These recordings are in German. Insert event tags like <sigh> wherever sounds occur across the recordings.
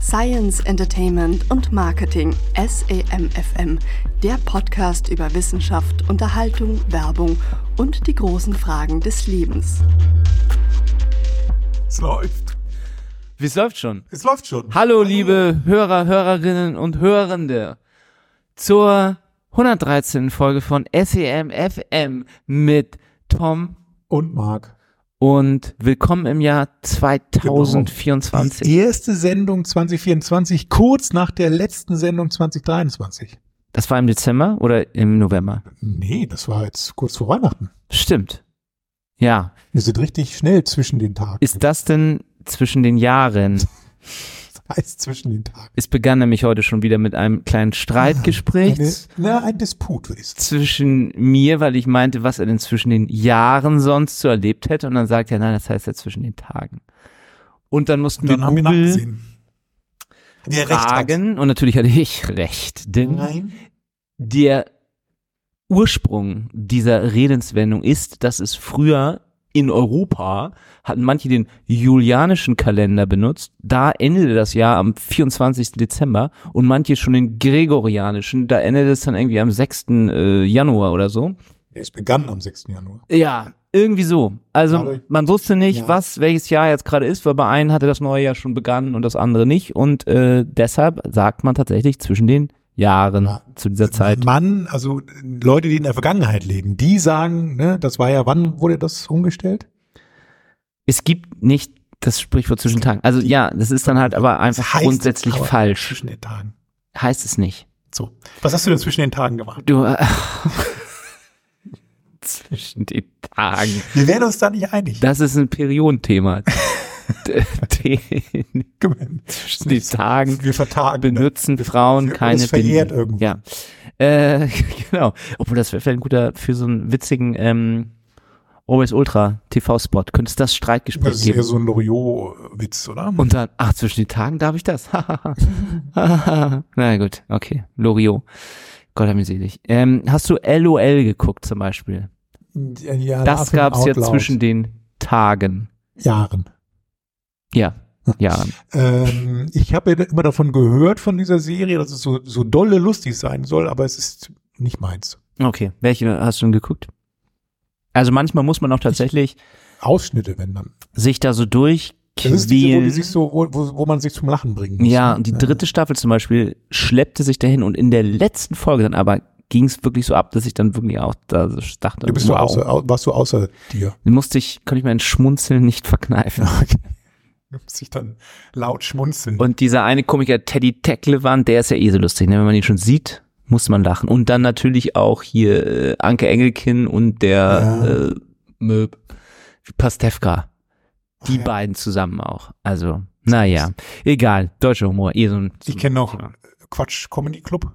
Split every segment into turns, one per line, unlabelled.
Science, Entertainment und Marketing, E SEMFM, der Podcast über Wissenschaft, Unterhaltung, Werbung und die großen Fragen des Lebens.
Es läuft.
Wie es läuft schon.
Es läuft schon.
Hallo, liebe Hörer, Hörerinnen und Hörende. Zur 113. Folge von E SEMFM mit Tom
Und Marc.
und willkommen im Jahr 2024.
Die erste Sendung 2024, kurz nach der letzten Sendung 2023.
Das war im Dezember oder im November?
Nee, das war jetzt kurz vor Weihnachten.
Stimmt. Ja.
Wir sind richtig schnell zwischen den Tagen. <laughs>
Ist das denn zwischen den Jahren?
das heißt zwischen den Tagen.
Es begann nämlich heute schon wieder mit einem kleinen Streitgespräch.
Eine, na, ein Disput würde ich sagen.
zwischen mir, weil ich meinte, was er denn zwischen den Jahren sonst so erlebt hätte. Und dann sagt er, nein, das heißt ja zwischen den Tagen. Und dann mussten wir Google
Der
fragen. Und natürlich hatte ich recht. Denn
Nein.
der Ursprung dieser Redenswendung ist, dass es früher in Europa hatten manche den julianischen Kalender benutzt, da endete das Jahr am 24. Dezember und manche schon den gregorianischen, da endete es dann irgendwie am 6. äh, Januar oder so.
Es begann am 6. Januar.
Ja, irgendwie so. Also
Aber-
man wusste nicht,
Ja.
was welches Jahr jetzt gerade ist, weil bei einem hatte das neue Jahr schon begonnen und das andere nicht. Und äh, deshalb sagt man tatsächlich zwischen den Jahren
Ja.
zu dieser Zeit.
Mann, also Leute, die in der Vergangenheit leben, die sagen, ne, das war ja, wann wurde das umgestellt?
Es gibt nicht das Sprichwort zwischen Tagen. Also ja, das ist dann halt aber einfach
heißt
grundsätzlich
aber
falsch.
Zwischen den Tagen.
Heißt es nicht.
So. Was hast du denn zwischen den Tagen gemacht?
Du äh, <laughs> zwischen den Tagen.
Wir werden uns da nicht einig.
Das ist
<laughs>
ein Periodenthema. <laughs> zwischen
zwischen
den Tagen.
Wir vertagen.
benutzen Frauen
wird
keine
alles verjährt
Bindung.
irgendwo.
Ja. Äh, <laughs> genau. Obwohl das wäre vielleicht ein guter für so einen witzigen ähm, Always Ultra TV-Spot. Könnte es das Streitgespräch
Das ist eher
geben?
so ein Loriot-Witz, oder?
Und dann, ach, zwischen den Tagen darf ich das. <laughs> Na gut, okay. Loriot. Gott hab mich selig. Ähm, hast du LOL geguckt zum Beispiel?
ja,
Das
laughing
gab es
out
ja
loud.
zwischen den Tagen.
Jahren. <laughs>
Ja, ja.
Ähm, ich habe ja immer davon gehört, von dieser Serie, dass es so, so dolle lustig sein soll, aber es ist nicht meins.
Okay, welche hast du denn geguckt? Also manchmal muss man auch tatsächlich
Ausschnitte, wenn dann.
sich da so
Das
durchquälen.
ist diese, wo, die sich so, wo, wo, wo man sich zum Lachen bringen muss.
Ja,
ne?
und die dritte Staffel zum Beispiel schleppte sich dahin und in der letzten Folge dann aber ging es wirklich so ab, dass ich dann wirklich auch da so dachte,
Du bist so außer, au- warst du außer dir.
musste ich, konnte ich mein Schmunzeln nicht
<laughs>
verkneifen.
Du musst dich dann laut schmunzeln.
Und dieser eine Komiker Teddy Tecklewan, der ist ja eh so lustig, ne? wenn man ihn schon sieht, muss man lachen. Und dann natürlich auch hier äh, Anke Engelken und der äh, Möb Pastewka. Die
Ja.
beiden zusammen auch. Also, naja, egal. Deutscher Humor, eh so ein,
ich kenne noch Quatsch Comedy Club.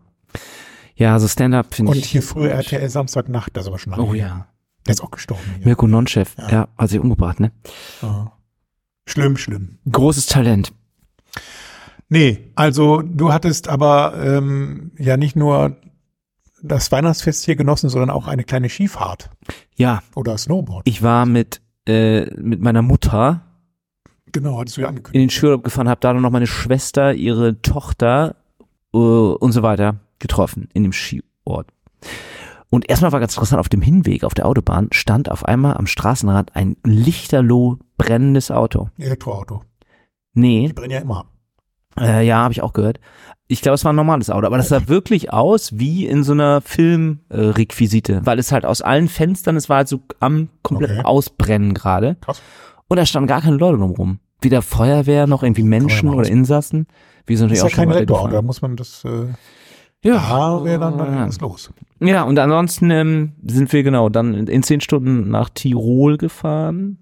ja, so Stand-up finde ich.
Und hier früher RTL Samstagnacht, das ist aber schon lange.
Oh
her.
ja.
Der ist auch gestorben. Ja.
Mirko Nonchef,
Ja.
ja. hat sich umgebracht, ne?
Ja. Schlimm, schlimm.
Großes Talent.
Nee, also du hattest aber ähm, ja nicht nur das Weihnachtsfest hier genossen, sondern auch eine kleine Skifahrt
Ja,
oder Snowboard.
ich war mit, äh, mit meiner Mutter
Genau, hattest du ja
in
angekündigt.
den Skiurlaub gefahren, habe da dann noch meine Schwester, ihre Tochter äh, und so weiter getroffen in dem Skiort. Und erstmal war ganz interessant, auf dem Hinweg auf der Autobahn stand auf einmal am Straßenrad ein lichterloh brennendes Auto.
Elektroauto.
Nee,
Die brennen ja immer.
Äh, ja, habe ich auch gehört. Ich glaube, es war ein normales Auto, aber das sah wirklich aus wie in so einer Filmrequisite, äh, Requisite, weil es halt aus allen Fenstern, es war halt so am kompletten
Okay.
Ausbrennen gerade.
Krass.
Und da standen gar keine Leute drumrum. Weder Feuerwehr noch irgendwie Menschen
mal
oder Insassen. Wir sind
Das ist
natürlich
ja
auch schon
kein Elektroauto, da
weitergefahren.
muss man das, äh,
Ja.
da wäre dann, dann
Ja.
was los.
ja, und ansonsten ähm, sind wir genau dann in- in zehn Stunden nach Tirol gefahren.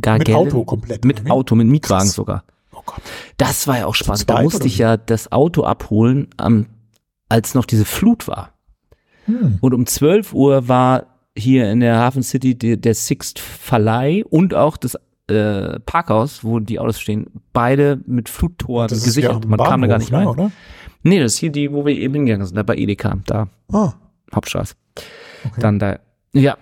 Gar
Mit
Geld-
Auto komplett.
Mit
oder wie?
Auto, mit Mietwagen
Krass.
sogar.
Oh Gott.
Das war ja auch spannend. Da
zweit
musste
oder
ich
wie?
ja das Auto abholen, am, als noch diese Flut war.
Hm.
Und um 12 Uhr war hier in der Hafen City der, der Sixth Verleih und auch das äh, Parkhaus, wo die Autos stehen, beide mit Fluttoren
Das ist ja
gesichert.
am
Man kam da
Bahnhof,
gar nicht rein.
ne, oder?
Nee, das ist hier die, wo wir eben hingegangen sind, da bei Edeka, da
Ah,
Hauptstraße.
Okay.
Dann da, ja.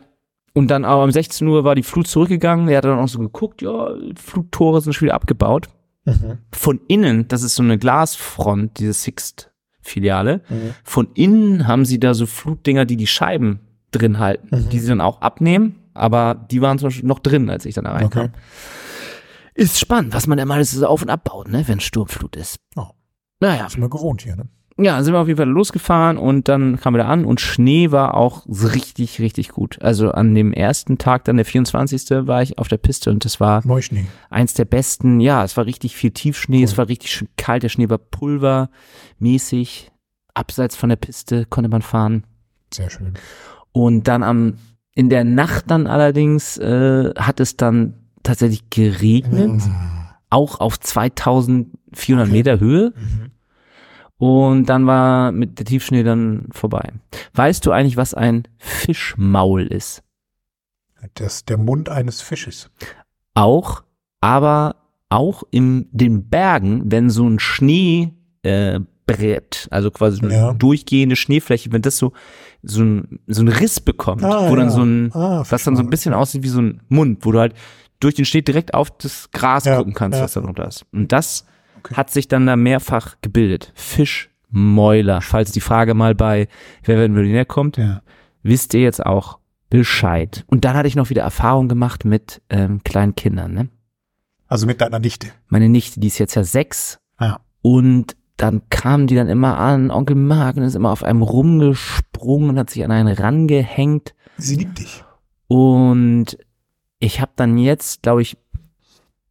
Und dann aber um 16 Uhr war die Flut zurückgegangen. Er hat dann auch so geguckt, ja, Fluttore sind schon wieder abgebaut.
Mhm,
Von innen, das ist so eine Glasfront, diese Sixt-Filiale.
mhm.
Von innen haben sie da so Flutdinger, die die Scheiben drin halten,
Mhm.
die sie dann auch abnehmen. Aber die waren zum Beispiel noch drin, als ich dann da reinkam.
Okay.
Ist spannend, was man immer alles so auf- und abbaut, ne, wenn Sturmflut ist.
Oh.
Naja,
Sind wir gewohnt hier, ne?
ja, dann sind wir auf jeden Fall losgefahren und dann kamen wir da an und Schnee war auch so richtig, richtig gut. Also an dem ersten Tag, dann der 24. war ich auf der Piste und das war
Neuschnee.
eins der besten. Ja, es war richtig viel Tiefschnee, es war richtig schön kalt, der Schnee war pulvermäßig. Abseits von der Piste konnte man fahren.
Sehr schön.
Und dann am, in der Nacht dann allerdings äh, hat es dann tatsächlich geregnet,
Mhm.
auch auf 2400 Meter Höhe.
Mhm.
Und dann war mit der Tiefschnee dann vorbei. Weißt du eigentlich, was ein Fischmaul ist?
Das, der Mund eines Fisches.
Auch, aber auch in den Bergen, wenn so ein Schneebrett, äh, Brett, also quasi so eine
Ja.
durchgehende Schneefläche, wenn das so so ein, so ein Riss bekommt,
Ah,
wo dann
ja.
so ein,
Ah,
was dann so ein
Fischmaul.
bisschen aussieht wie so ein Mund, wo du halt durch den Schnee direkt auf das Gras
Ja,
gucken kannst,
ja.
was da drunter ist. Und das
Okay.
hat sich dann da mehrfach gebildet. Fischmäuler, falls die Frage mal bei Wer werden Millionär kommt,
Ja.
wisst ihr jetzt auch Bescheid. Und dann hatte ich noch wieder Erfahrung gemacht mit ähm, kleinen Kindern. Ne?
Also mit deiner Nichte.
Meine Nichte, die ist jetzt ja sechs
Ja.
und dann kamen die dann immer an, Onkel Mark und ist immer auf einem rumgesprungen und hat sich an einen rangehängt
Sie liebt dich.
und ich habe dann jetzt, glaube ich,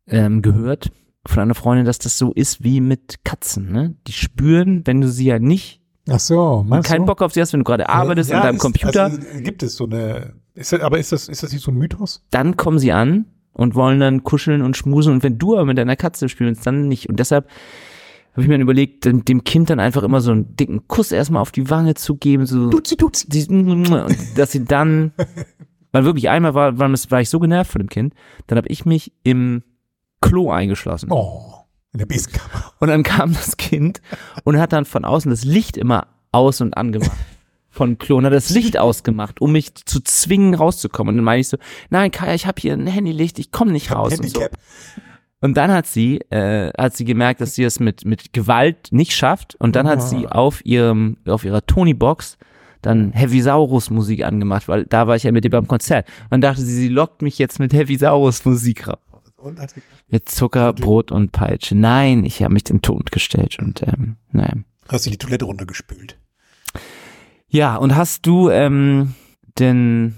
ähm, gehört von einer Freundin, dass das so ist wie mit Katzen. Ne? Die spüren, wenn du sie ja nicht,
Ach so,
und
meinst
keinen
du?
Bock auf sie hast, wenn du gerade arbeitest
Ja,
an deinem
ist-
Computer,
Also, äh, gibt es so eine. Ist, das- aber ist das, ist das nicht so ein Mythos?
dann kommen sie an und wollen dann kuscheln und schmusen und wenn du aber mit deiner Katze spielst, dann nicht. Und deshalb habe ich mir dann überlegt, dem, dem Kind dann einfach immer so einen dicken Kuss erstmal auf die Wange zu geben, so
Duzi, duzi.
die- mm, und dass sie dann, weil wirklich einmal war, war, war ich so genervt von dem Kind, dann habe ich mich im Klo eingeschlossen.
Oh, in der Besenkammer.
Und dann kam das Kind und hat dann von außen das Licht immer aus und angemacht. Von Klo und hat das Licht ausgemacht, um mich zu zwingen, rauszukommen. Und dann meine ich so, nein, Kaya, ich habe hier ein Handylicht, ich komme nicht raus. Und, so.
Handicap.
und dann hat sie, äh, hat sie gemerkt, dass sie es mit, mit Gewalt nicht schafft. Und dann hat sie auf ihrem, auf ihrer Tony-Box dann Heavy Saurus Musik angemacht, weil da war ich ja mit ihr beim Konzert. Und dann dachte sie, sie lockt mich jetzt mit Heavy Saurus Musik raus.
Und hat
Mit Zucker, Brot und Peitsche. Nein, ich habe mich den Tod gestellt und ähm, naja.
hast du die Toilette runtergespült.
Ja, und hast du ähm, denn,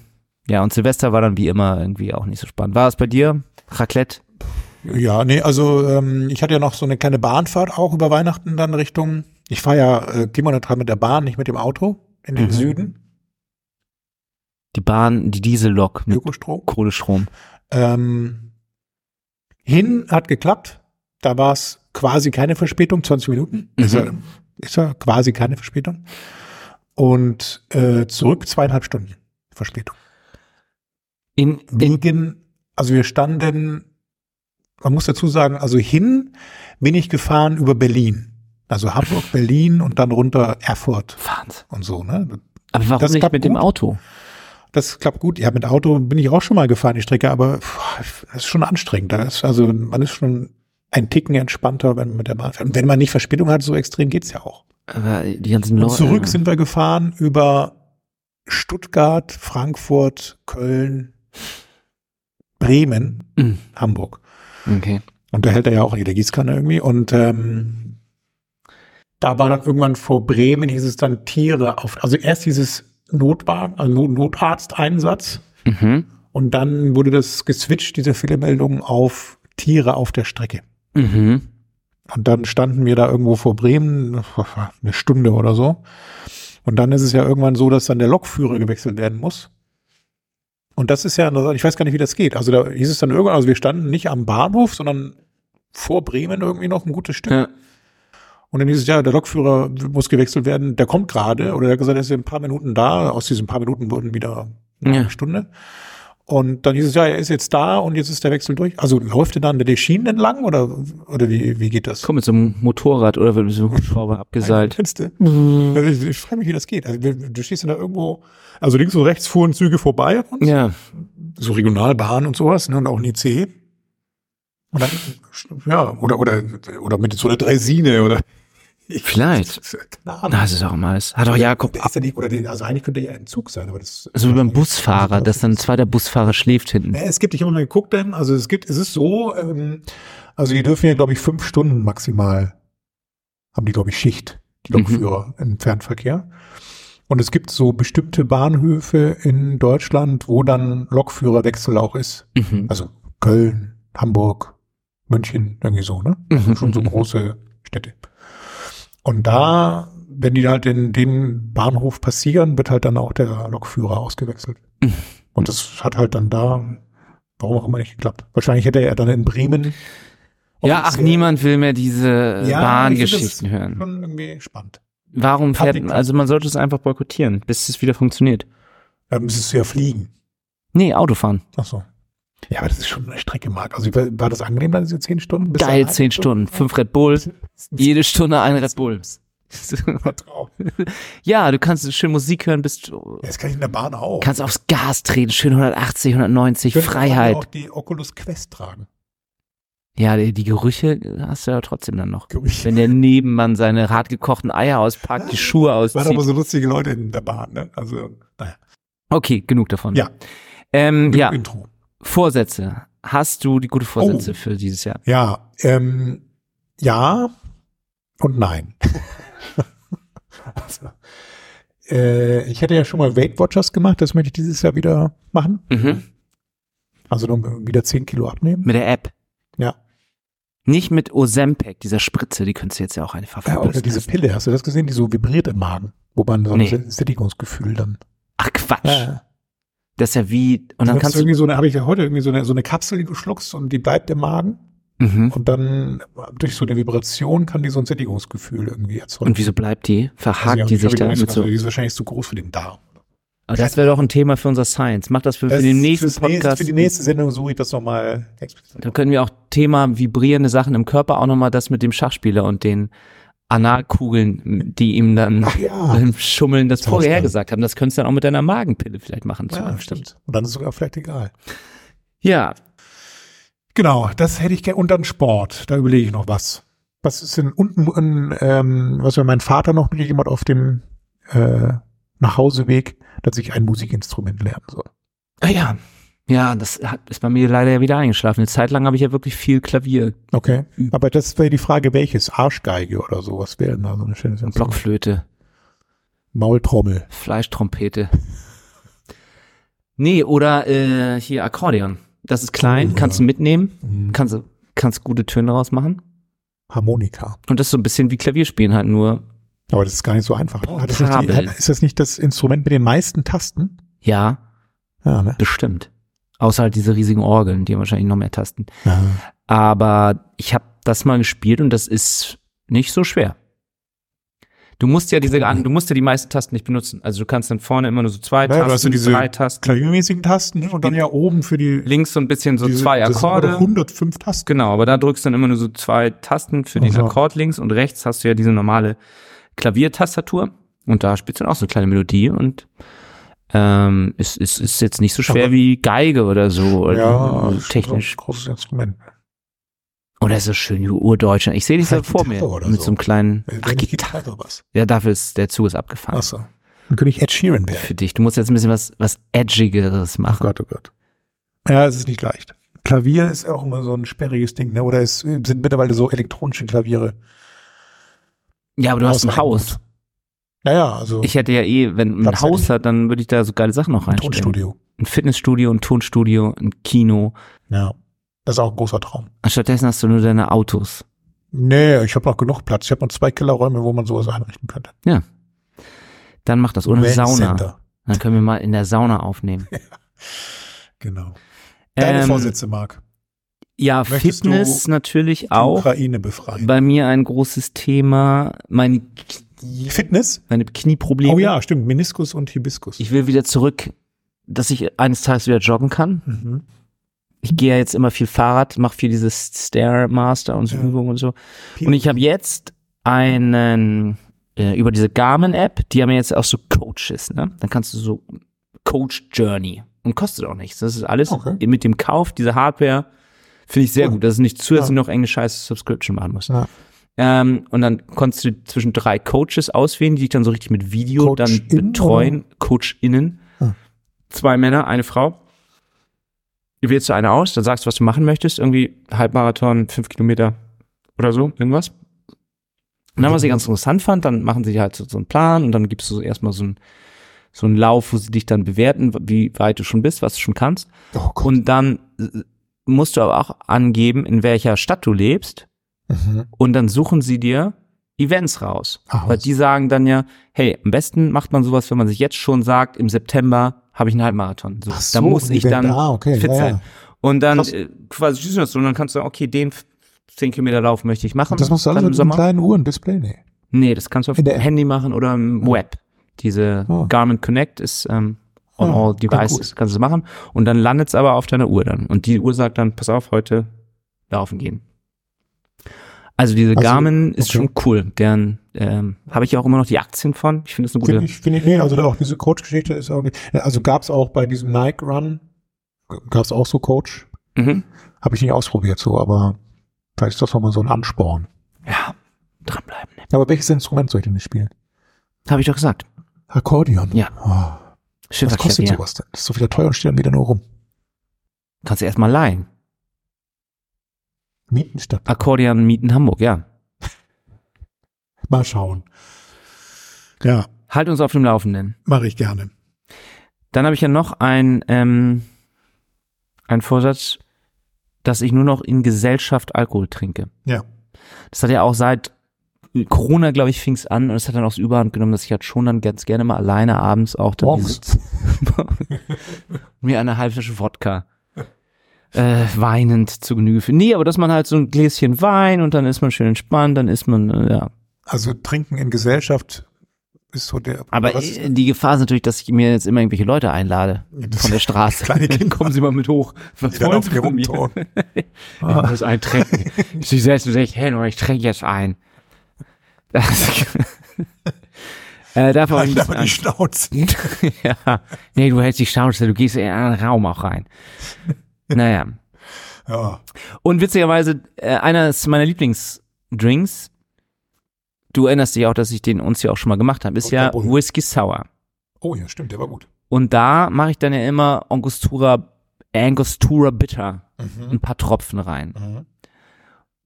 ja, und Silvester war dann wie immer irgendwie auch nicht so spannend. War es bei dir? Raclette?
Ja, nee, also ähm, ich hatte ja noch so eine kleine Bahnfahrt auch über Weihnachten dann Richtung. Ich fahre ja äh, klimaneutral mit der Bahn, nicht mit dem Auto in den
Mhm.
Süden,
Die Bahn, die Diesellok mit
Ökostrom.
Kohlestrom.
Ähm, hin hat geklappt. Da war es quasi keine Verspätung, 20 Minuten. Ist, ja, ist ja quasi keine Verspätung. Und äh, zurück zweieinhalb Stunden Verspätung.
In, in,
Wegen, also wir standen, man muss dazu sagen, also hin bin ich gefahren über Berlin. Also Hamburg, Berlin und dann runter Erfurt
Wahnsinn.
und so, ne?
Aber warum
Das
nicht
klappt
mit dem
gut.
Auto?
Das klappt gut. Ja, mit Auto bin ich auch schon mal gefahren, die Strecke, aber pff, das ist schon anstrengend. Das ist, also man ist schon ein Ticken entspannter, wenn man mit der Bahn fährt. Und wenn man nicht Verspätung hat, so extrem geht's ja auch.
Aber die ganzen
Und
Leute.
zurück sind wir gefahren über Stuttgart, Frankfurt, Köln, Bremen,
Mhm.
Hamburg.
Okay.
Und da hält er ja auch in der Gießkanne irgendwie. Und ähm, da war dann irgendwann vor Bremen, hieß es dann Tiere auf. Also erst dieses Notwagen, also Not- Notarzteinsatz.
Mhm.
Und dann wurde das geswitcht, diese Fehlermeldung auf Tiere auf der Strecke.
Mhm.
Und dann standen wir da irgendwo vor Bremen, eine Stunde oder so. Und dann ist es ja irgendwann so, dass dann der Lokführer gewechselt werden muss. Und das ist ja, ich weiß gar nicht, wie das geht. Also da hieß es dann irgendwann, also wir standen nicht am Bahnhof, sondern vor Bremen irgendwie noch ein gutes Stück.
Ja.
Und dann hieß es, ja, der Lokführer muss gewechselt werden, der kommt gerade, oder der hat gesagt, er ist in ein paar Minuten da. Aus diesen paar Minuten wurden wieder eine
Ja.
Stunde. Und dann hieß es, ja, er ist jetzt da und jetzt ist der Wechsel durch. Also läuft er dann der Schienen entlang oder, oder wie, wie geht das?
Komm mit so einem Motorrad oder mit so einem Hubschrauber abgeseilt.
Kennst du?
Mhm.
Also ich, ich frage mich, wie das geht. Also, du, du stehst dann da irgendwo, also links und rechts fuhren Züge vorbei und
Ja.
so Regionalbahn und sowas ne, und auch ein IC. Und dann, ja, oder, oder, oder mit so einer Dresine oder. <laughs>
Vielleicht.
Keine Ahnung.
Ah, Das ist auch mal. Hat doch Jakob.
Der ist ja nicht, oder den, also eigentlich könnte der ja Entzug sein, aber das.
So Also wie beim Busfahrer, dass dann ein zweiter Busfahrer schläft hinten.
Ja, es gibt, ich habe mal geguckt, denn, also es gibt, es ist so, ähm, also die dürfen ja, glaube ich, fünf Stunden maximal, haben die, glaube ich, Schicht, die
Mhm.
Lokführer im Fernverkehr. Und es gibt so bestimmte Bahnhöfe in Deutschland, wo dann Lokführerwechsel auch ist.
Mhm.
Also Köln, Hamburg, München, irgendwie so, ne? <laughs>
Mhm.
schon so große Städte. Und da, wenn die halt in den Bahnhof passieren, wird halt dann auch der Lokführer
<laughs>
ausgewechselt. Und das hat halt dann da, warum auch immer nicht geklappt. Wahrscheinlich hätte er dann in Bremen.
Mhm. Ja, ach,
offiziell-
niemand will mehr diese
Ja, ich
Bahngeschichten
finde das
hören.
Schon irgendwie spannend.
Warum
Hat die
fährt,
Klasse.
also man sollte es einfach boykottieren, bis es wieder funktioniert.
Da müsstest du Ähm, ja fliegen.
Nee, Autofahren.
Ach so. Ja, aber das ist schon eine Strecke, Marc. Also war war das angenehm, dann diese zehn Stunden? Bist du
Geil,
allein?
zehn Stunden, fünf Red
<laughs>
Bull, jede Stunde ein Red Bull.
Vertrau.
ja, du kannst schön Musik hören, bist, du-
Ja, Das kann ich in der Bahn auch.
kannst aufs Gas treten, schön 180, 190,
Könnte man
Freiheit.
auch die Oculus Quest tragen.
Ja, die, die Gerüche hast du ja trotzdem dann noch.
Gerüche.
Wenn der Nebenmann seine hart gekochten Eier auspackt, die Schuhe
Waren aber
auszieht.
so lustige Leute in der Bahn, ne? Also, naja.
Okay, genug davon.
Ja.
Ähm, ja,
Intro.
Vorsätze. Hast du die gute Vorsätze
Oh.
für dieses Jahr?
Ja, ähm, ja und nein. <laughs> also, äh, ich hatte ja schon mal Weight Watchers gemacht, das möchte ich dieses Jahr wieder machen.
Mhm.
Also dann wieder 10 Kilo abnehmen.
Mit der App.
Ja.
Nicht mit Ozempic, dieser Spritze, die könntest du jetzt ja auch einfach
ja. Äh, Oder
verpassen.
diese Pille, hast du das gesehen, die so vibriert im Magen, wo man so ein
Nee.
nee. Sättigungsgefühl dann.
Ach Quatsch. Das ist ja wie, und dann
Dann
kannst du,
irgendwie so eine, habe ich ja heute irgendwie so eine, so eine Kapsel, die du schluckst und die bleibt im Magen.
mhm.
Und dann durch so eine Vibration kann die so ein Sättigungsgefühl irgendwie erzeugen.
und wieso bleibt die? Verhakt
Also,
die
ich hab
sich da?
die
Mit
nicht-
so?
also, die ist wahrscheinlich zu groß für den Darm.
Aber das wäre doch ein Thema für unser Science. Mach das für, für
Das
den
ist
nächsten
fürs nächste-
Podcast.
Für die nächste Sendung suche ich das nochmal.
Da können wir auch Thema vibrierende Sachen im Körper auch nochmal das mit dem Schachspieler und den Analkugeln, die
<laughs>
ihm dann
Ach ja.
beim Schummeln das
Das war
vorher
spannend.
gesagt haben. Das könntest du dann auch mit deiner Magenpille vielleicht machen. zu
ja
einem
stimmt. Und dann ist es sogar vielleicht egal.
Ja,
Genau, das hätte ich gerne. Und dann Sport. Da überlege ich noch was. Was ist denn unten, in, ähm, was mir mein Vater noch mitgegeben hat auf dem äh, Nachhauseweg, dass ich ein Musikinstrument lernen soll.
Ah ja. Ja, das hat, ist bei mir leider ja wieder eingeschlafen. Eine Zeit lang habe ich ja wirklich viel Klavier,
Okay.
Hm.
Aber das wäre die Frage, welches? Arschgeige oder so. Was wäre denn da so eine schöne Block.
Blockflöte,
Maultrommel.
Fleischtrompete. Nee, oder äh, hier Akkordeon. Das ist klein,
Oh,
kannst
ja.
du mitnehmen,
Mhm.
kannst du kannst gute Töne daraus machen.
Harmonika.
Und das ist so ein bisschen wie Klavierspielen halt nur.
Aber das ist gar nicht so einfach.
Oh,
Hat das nicht die,
Kabel.
ist das nicht das Instrument mit den meisten Tasten?
Ja,
Ja, ne?
bestimmt. Außer halt diese riesigen Orgeln, die haben wahrscheinlich noch mehr Tasten.
Ja.
Aber ich habe das mal gespielt und das ist nicht so schwer. Du musst ja diese, du musst ja die meisten Tasten nicht benutzen. Also du kannst dann vorne immer nur so zwei
Naja, du hast
Tasten,
ja diese
drei Tasten,
klaviermäßigen Tasten ne? und dann ja oben für die
links so ein bisschen so
diese-
zwei
das sind aber doch
Akkorde.
105 Tasten.
Genau, aber da drückst du dann immer nur so zwei Tasten für den
Aha.
Akkord links und rechts hast du ja diese normale Klaviertastatur und da spielst du dann auch so eine kleine Melodie und ähm, ist, ist, ist jetzt nicht so schwer
Aber-
wie Geige oder so oder
Ja,
Mhm. technisch.
technisch. Großes Instrument.
Oder so schön Urdeutsch. Ich sehe dich da
Vielleicht
vor mir
Gitarre oder
mit so
so.
einem kleinen
Wenn
Ach,
ich
Gitarre.
Gitarre was.
Ja, dafür ist der Zug ist abgefahren.
Achso. Dann könnte ich Ed Sheeran werden.
Für dich. Du musst jetzt ein bisschen was, was edgigeres
Ach
machen.
Gott, oh Gott. Ja, es ist nicht leicht. Klavier ist auch immer so ein sperriges Ding, ne? Oder es sind mittlerweile so elektronische Klaviere.
ja, aber du hast ein Haus.
Ausreichend. Naja, also
Ich hätte ja eh, wenn man ein
Platz hätte
Haus
ich.
hat, dann würde ich da so geile Sachen noch reinstellen.
Tonstudio.
Ein Fitnessstudio, ein Tonstudio, ein Kino.
Ja. Das ist auch ein großer Traum.
Stattdessen hast du nur deine Autos.
Nee, ich habe noch genug Platz. Ich habe noch zwei Kellerräume, wo man sowas einrichten könnte.
Dann mach das. Oder eine
Event
Sauna.
Center.
Dann können wir mal in der Sauna aufnehmen.
Genau. <laughs> Deine
Ähm,
Vorsätze, Marc.
Ja,
Möchtest du
Fitness natürlich
Die
auch.
Ukraine befreien.
Bei mir ein großes Thema. Meine,
Fitness?
meine Knieprobleme.
Oh ja, stimmt. Meniskus und Hibiskus.
Ich will wieder zurück, dass ich eines Tages wieder joggen kann.
mhm.
ich gehe ja jetzt immer viel Fahrrad, mache viel dieses Stairmaster und so
Ja.
Übungen und so. Und ich habe jetzt einen äh, über diese Garmin-App, die haben ja jetzt auch so Coaches, ne? Dann kannst du so Coach Journey und kostet auch nichts. Das ist alles
Okay.
mit dem Kauf dieser Hardware Finde ich sehr
Ja.
gut, dass es nicht zusätzlich
Ja.
noch irgendeine scheiß Subscription machen muss.
Ja.
Ähm, und dann konntest du zwischen drei Coaches auswählen, die dich dann so richtig mit Video
Coach
dann
innen,
betreuen, CoachInnen.
Ah.
Zwei Männer, eine Frau. Du wählst du eine aus, dann sagst du, was du machen möchtest, irgendwie Halbmarathon, fünf Kilometer oder so, irgendwas. Und dann,
Also
was ich ganz interessant fand, dann machen sie dir halt so, so einen Plan und dann gibst du so erstmal so einen, so einen Lauf, wo sie dich dann bewerten, wie weit du schon bist, was du schon kannst.
Oh Gott.
Und dann äh, musst du aber auch angeben, in welcher Stadt du lebst
mhm.
und dann suchen sie dir Events raus.
Ah,
Weil
was.
die sagen dann ja, hey, am besten macht man sowas, wenn man sich jetzt schon sagt, im September habe ich einen Halbmarathon. So,
Ach
da
so,
muss
ein
ich
Event.
dann
Ah, okay,
fit
ja,
sein.
ja.
Und dann
Krass.
äh, quasi siehst du das so und dann kannst du sagen, okay, den 10 Kilometer Lauf möchte ich machen.
Das machst du
dann
alles
im
mit einem
Sommer.
kleinen Uhren-Display? Nee.
Nee, das kannst du auf
In
dem
der App.
Handy machen oder im Web. Diese
Ah.
Garmin Connect ist ähm, on
Ah,
all
klingt
devices,
gut.
kannst du es machen. Und dann landet es aber auf deiner Uhr dann. Und die Uhr sagt dann, pass auf, heute laufen gehen. Also diese
Also,
Garmin ist
okay.
schon cool. Deren ähm, habe ich auch immer noch die Aktien von. Ich finde das eine
Finde
gute.
ich, finde ich, nee, also auch diese Coach-Geschichte ist auch nicht. Also gab's auch bei diesem Nike-Run, gab's auch so Coach?
Mhm.
Habe ich nicht ausprobiert so, aber vielleicht ist das nochmal so ein Ansporn.
Ja, dranbleiben. Ne?
Aber welches Instrument soll ich denn nicht spielen?
Habe ich doch gesagt.
Akkordeon.
Ja.
Oh, was kostet
Schifffahrtklavier.
sowas denn? Das ist so wieder teuer und steht dann wieder nur rum.
Kannst du erstmal leihen.
Mieten statt.
Akkordeon mieten Hamburg, ja.
Mal schauen. Ja,
Halt uns auf dem Laufenden.
mache ich gerne.
Dann habe ich ja noch ein, ähm, ein Vorsatz, dass ich nur noch in Gesellschaft Alkohol trinke.
Ja.
Das hat ja auch seit Corona, glaube ich, fing es an und es hat dann auch so überhand genommen, dass ich halt schon dann ganz gerne mal alleine abends auch dann hier
Morgens.
sitze. mir eine halbe Flasche Wodka äh, weinend zu Genüge führe. Nee, aber dass man halt so ein Gläschen Wein und dann ist man schön entspannt, dann ist man, äh, ja.
Also trinken in Gesellschaft ist so der.
Aber
was ist-
äh, die Gefahr ist natürlich, dass ich mir jetzt immer irgendwelche Leute einlade von der
<laughs>
Straße.
Kleine
<laughs>
Kinder.
Kommen Sie mal mit hoch. Was
die dann
wollen
auf
Sie
mir
von mir?
rumtun.
Ich muss einen trinken. Sie setzen sich hin und ich trinke jetzt ein. Das, <laughs> äh, davor habe ich
Halt
ein bisschen
aber die
Angst.
Schnauze.
<laughs> ja. Nee, du hältst die Schnauze, du gehst in einen Raum auch rein. Naja.
Ja.
Und witzigerweise, äh, eines meiner Lieblingsdrinks, du erinnerst dich auch, dass ich den uns hier auch schon mal gemacht habe, ist ja
Roter Bull.
Whisky Sour.
Oh ja, stimmt, der war gut.
Und da mache ich dann ja immer Angostura, Angostura Bitter, ein paar Tropfen rein.
Mhm.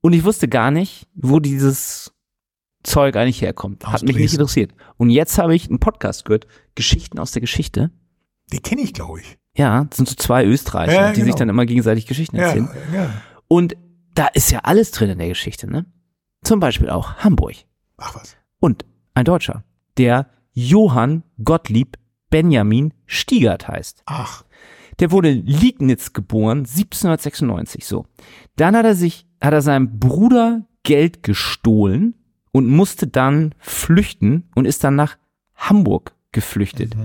Und ich wusste gar nicht, wo dieses Zeug eigentlich herkommt. Hat
Aus
mich nicht
Dresden.
interessiert. Und jetzt habe ich einen Podcast gehört, Geschichten aus der Geschichte.
Den kenne ich, glaube ich.
Ja, das sind so zwei Österreicher,
Ja,
die sich
genau.
dann immer gegenseitig Geschichten
Ja,
erzählen.
ja.
Und da ist ja alles drin in der Geschichte, ne? Zum Beispiel auch Hamburg.
Ach was.
Und ein Deutscher, der Johann Gottlieb Benjamin Stiegert heißt.
Ach.
Der wurde in Liegnitz geboren, 1796 so. Dann hat er sich, hat er seinem Bruder Geld gestohlen und musste dann flüchten und ist dann nach Hamburg geflüchtet.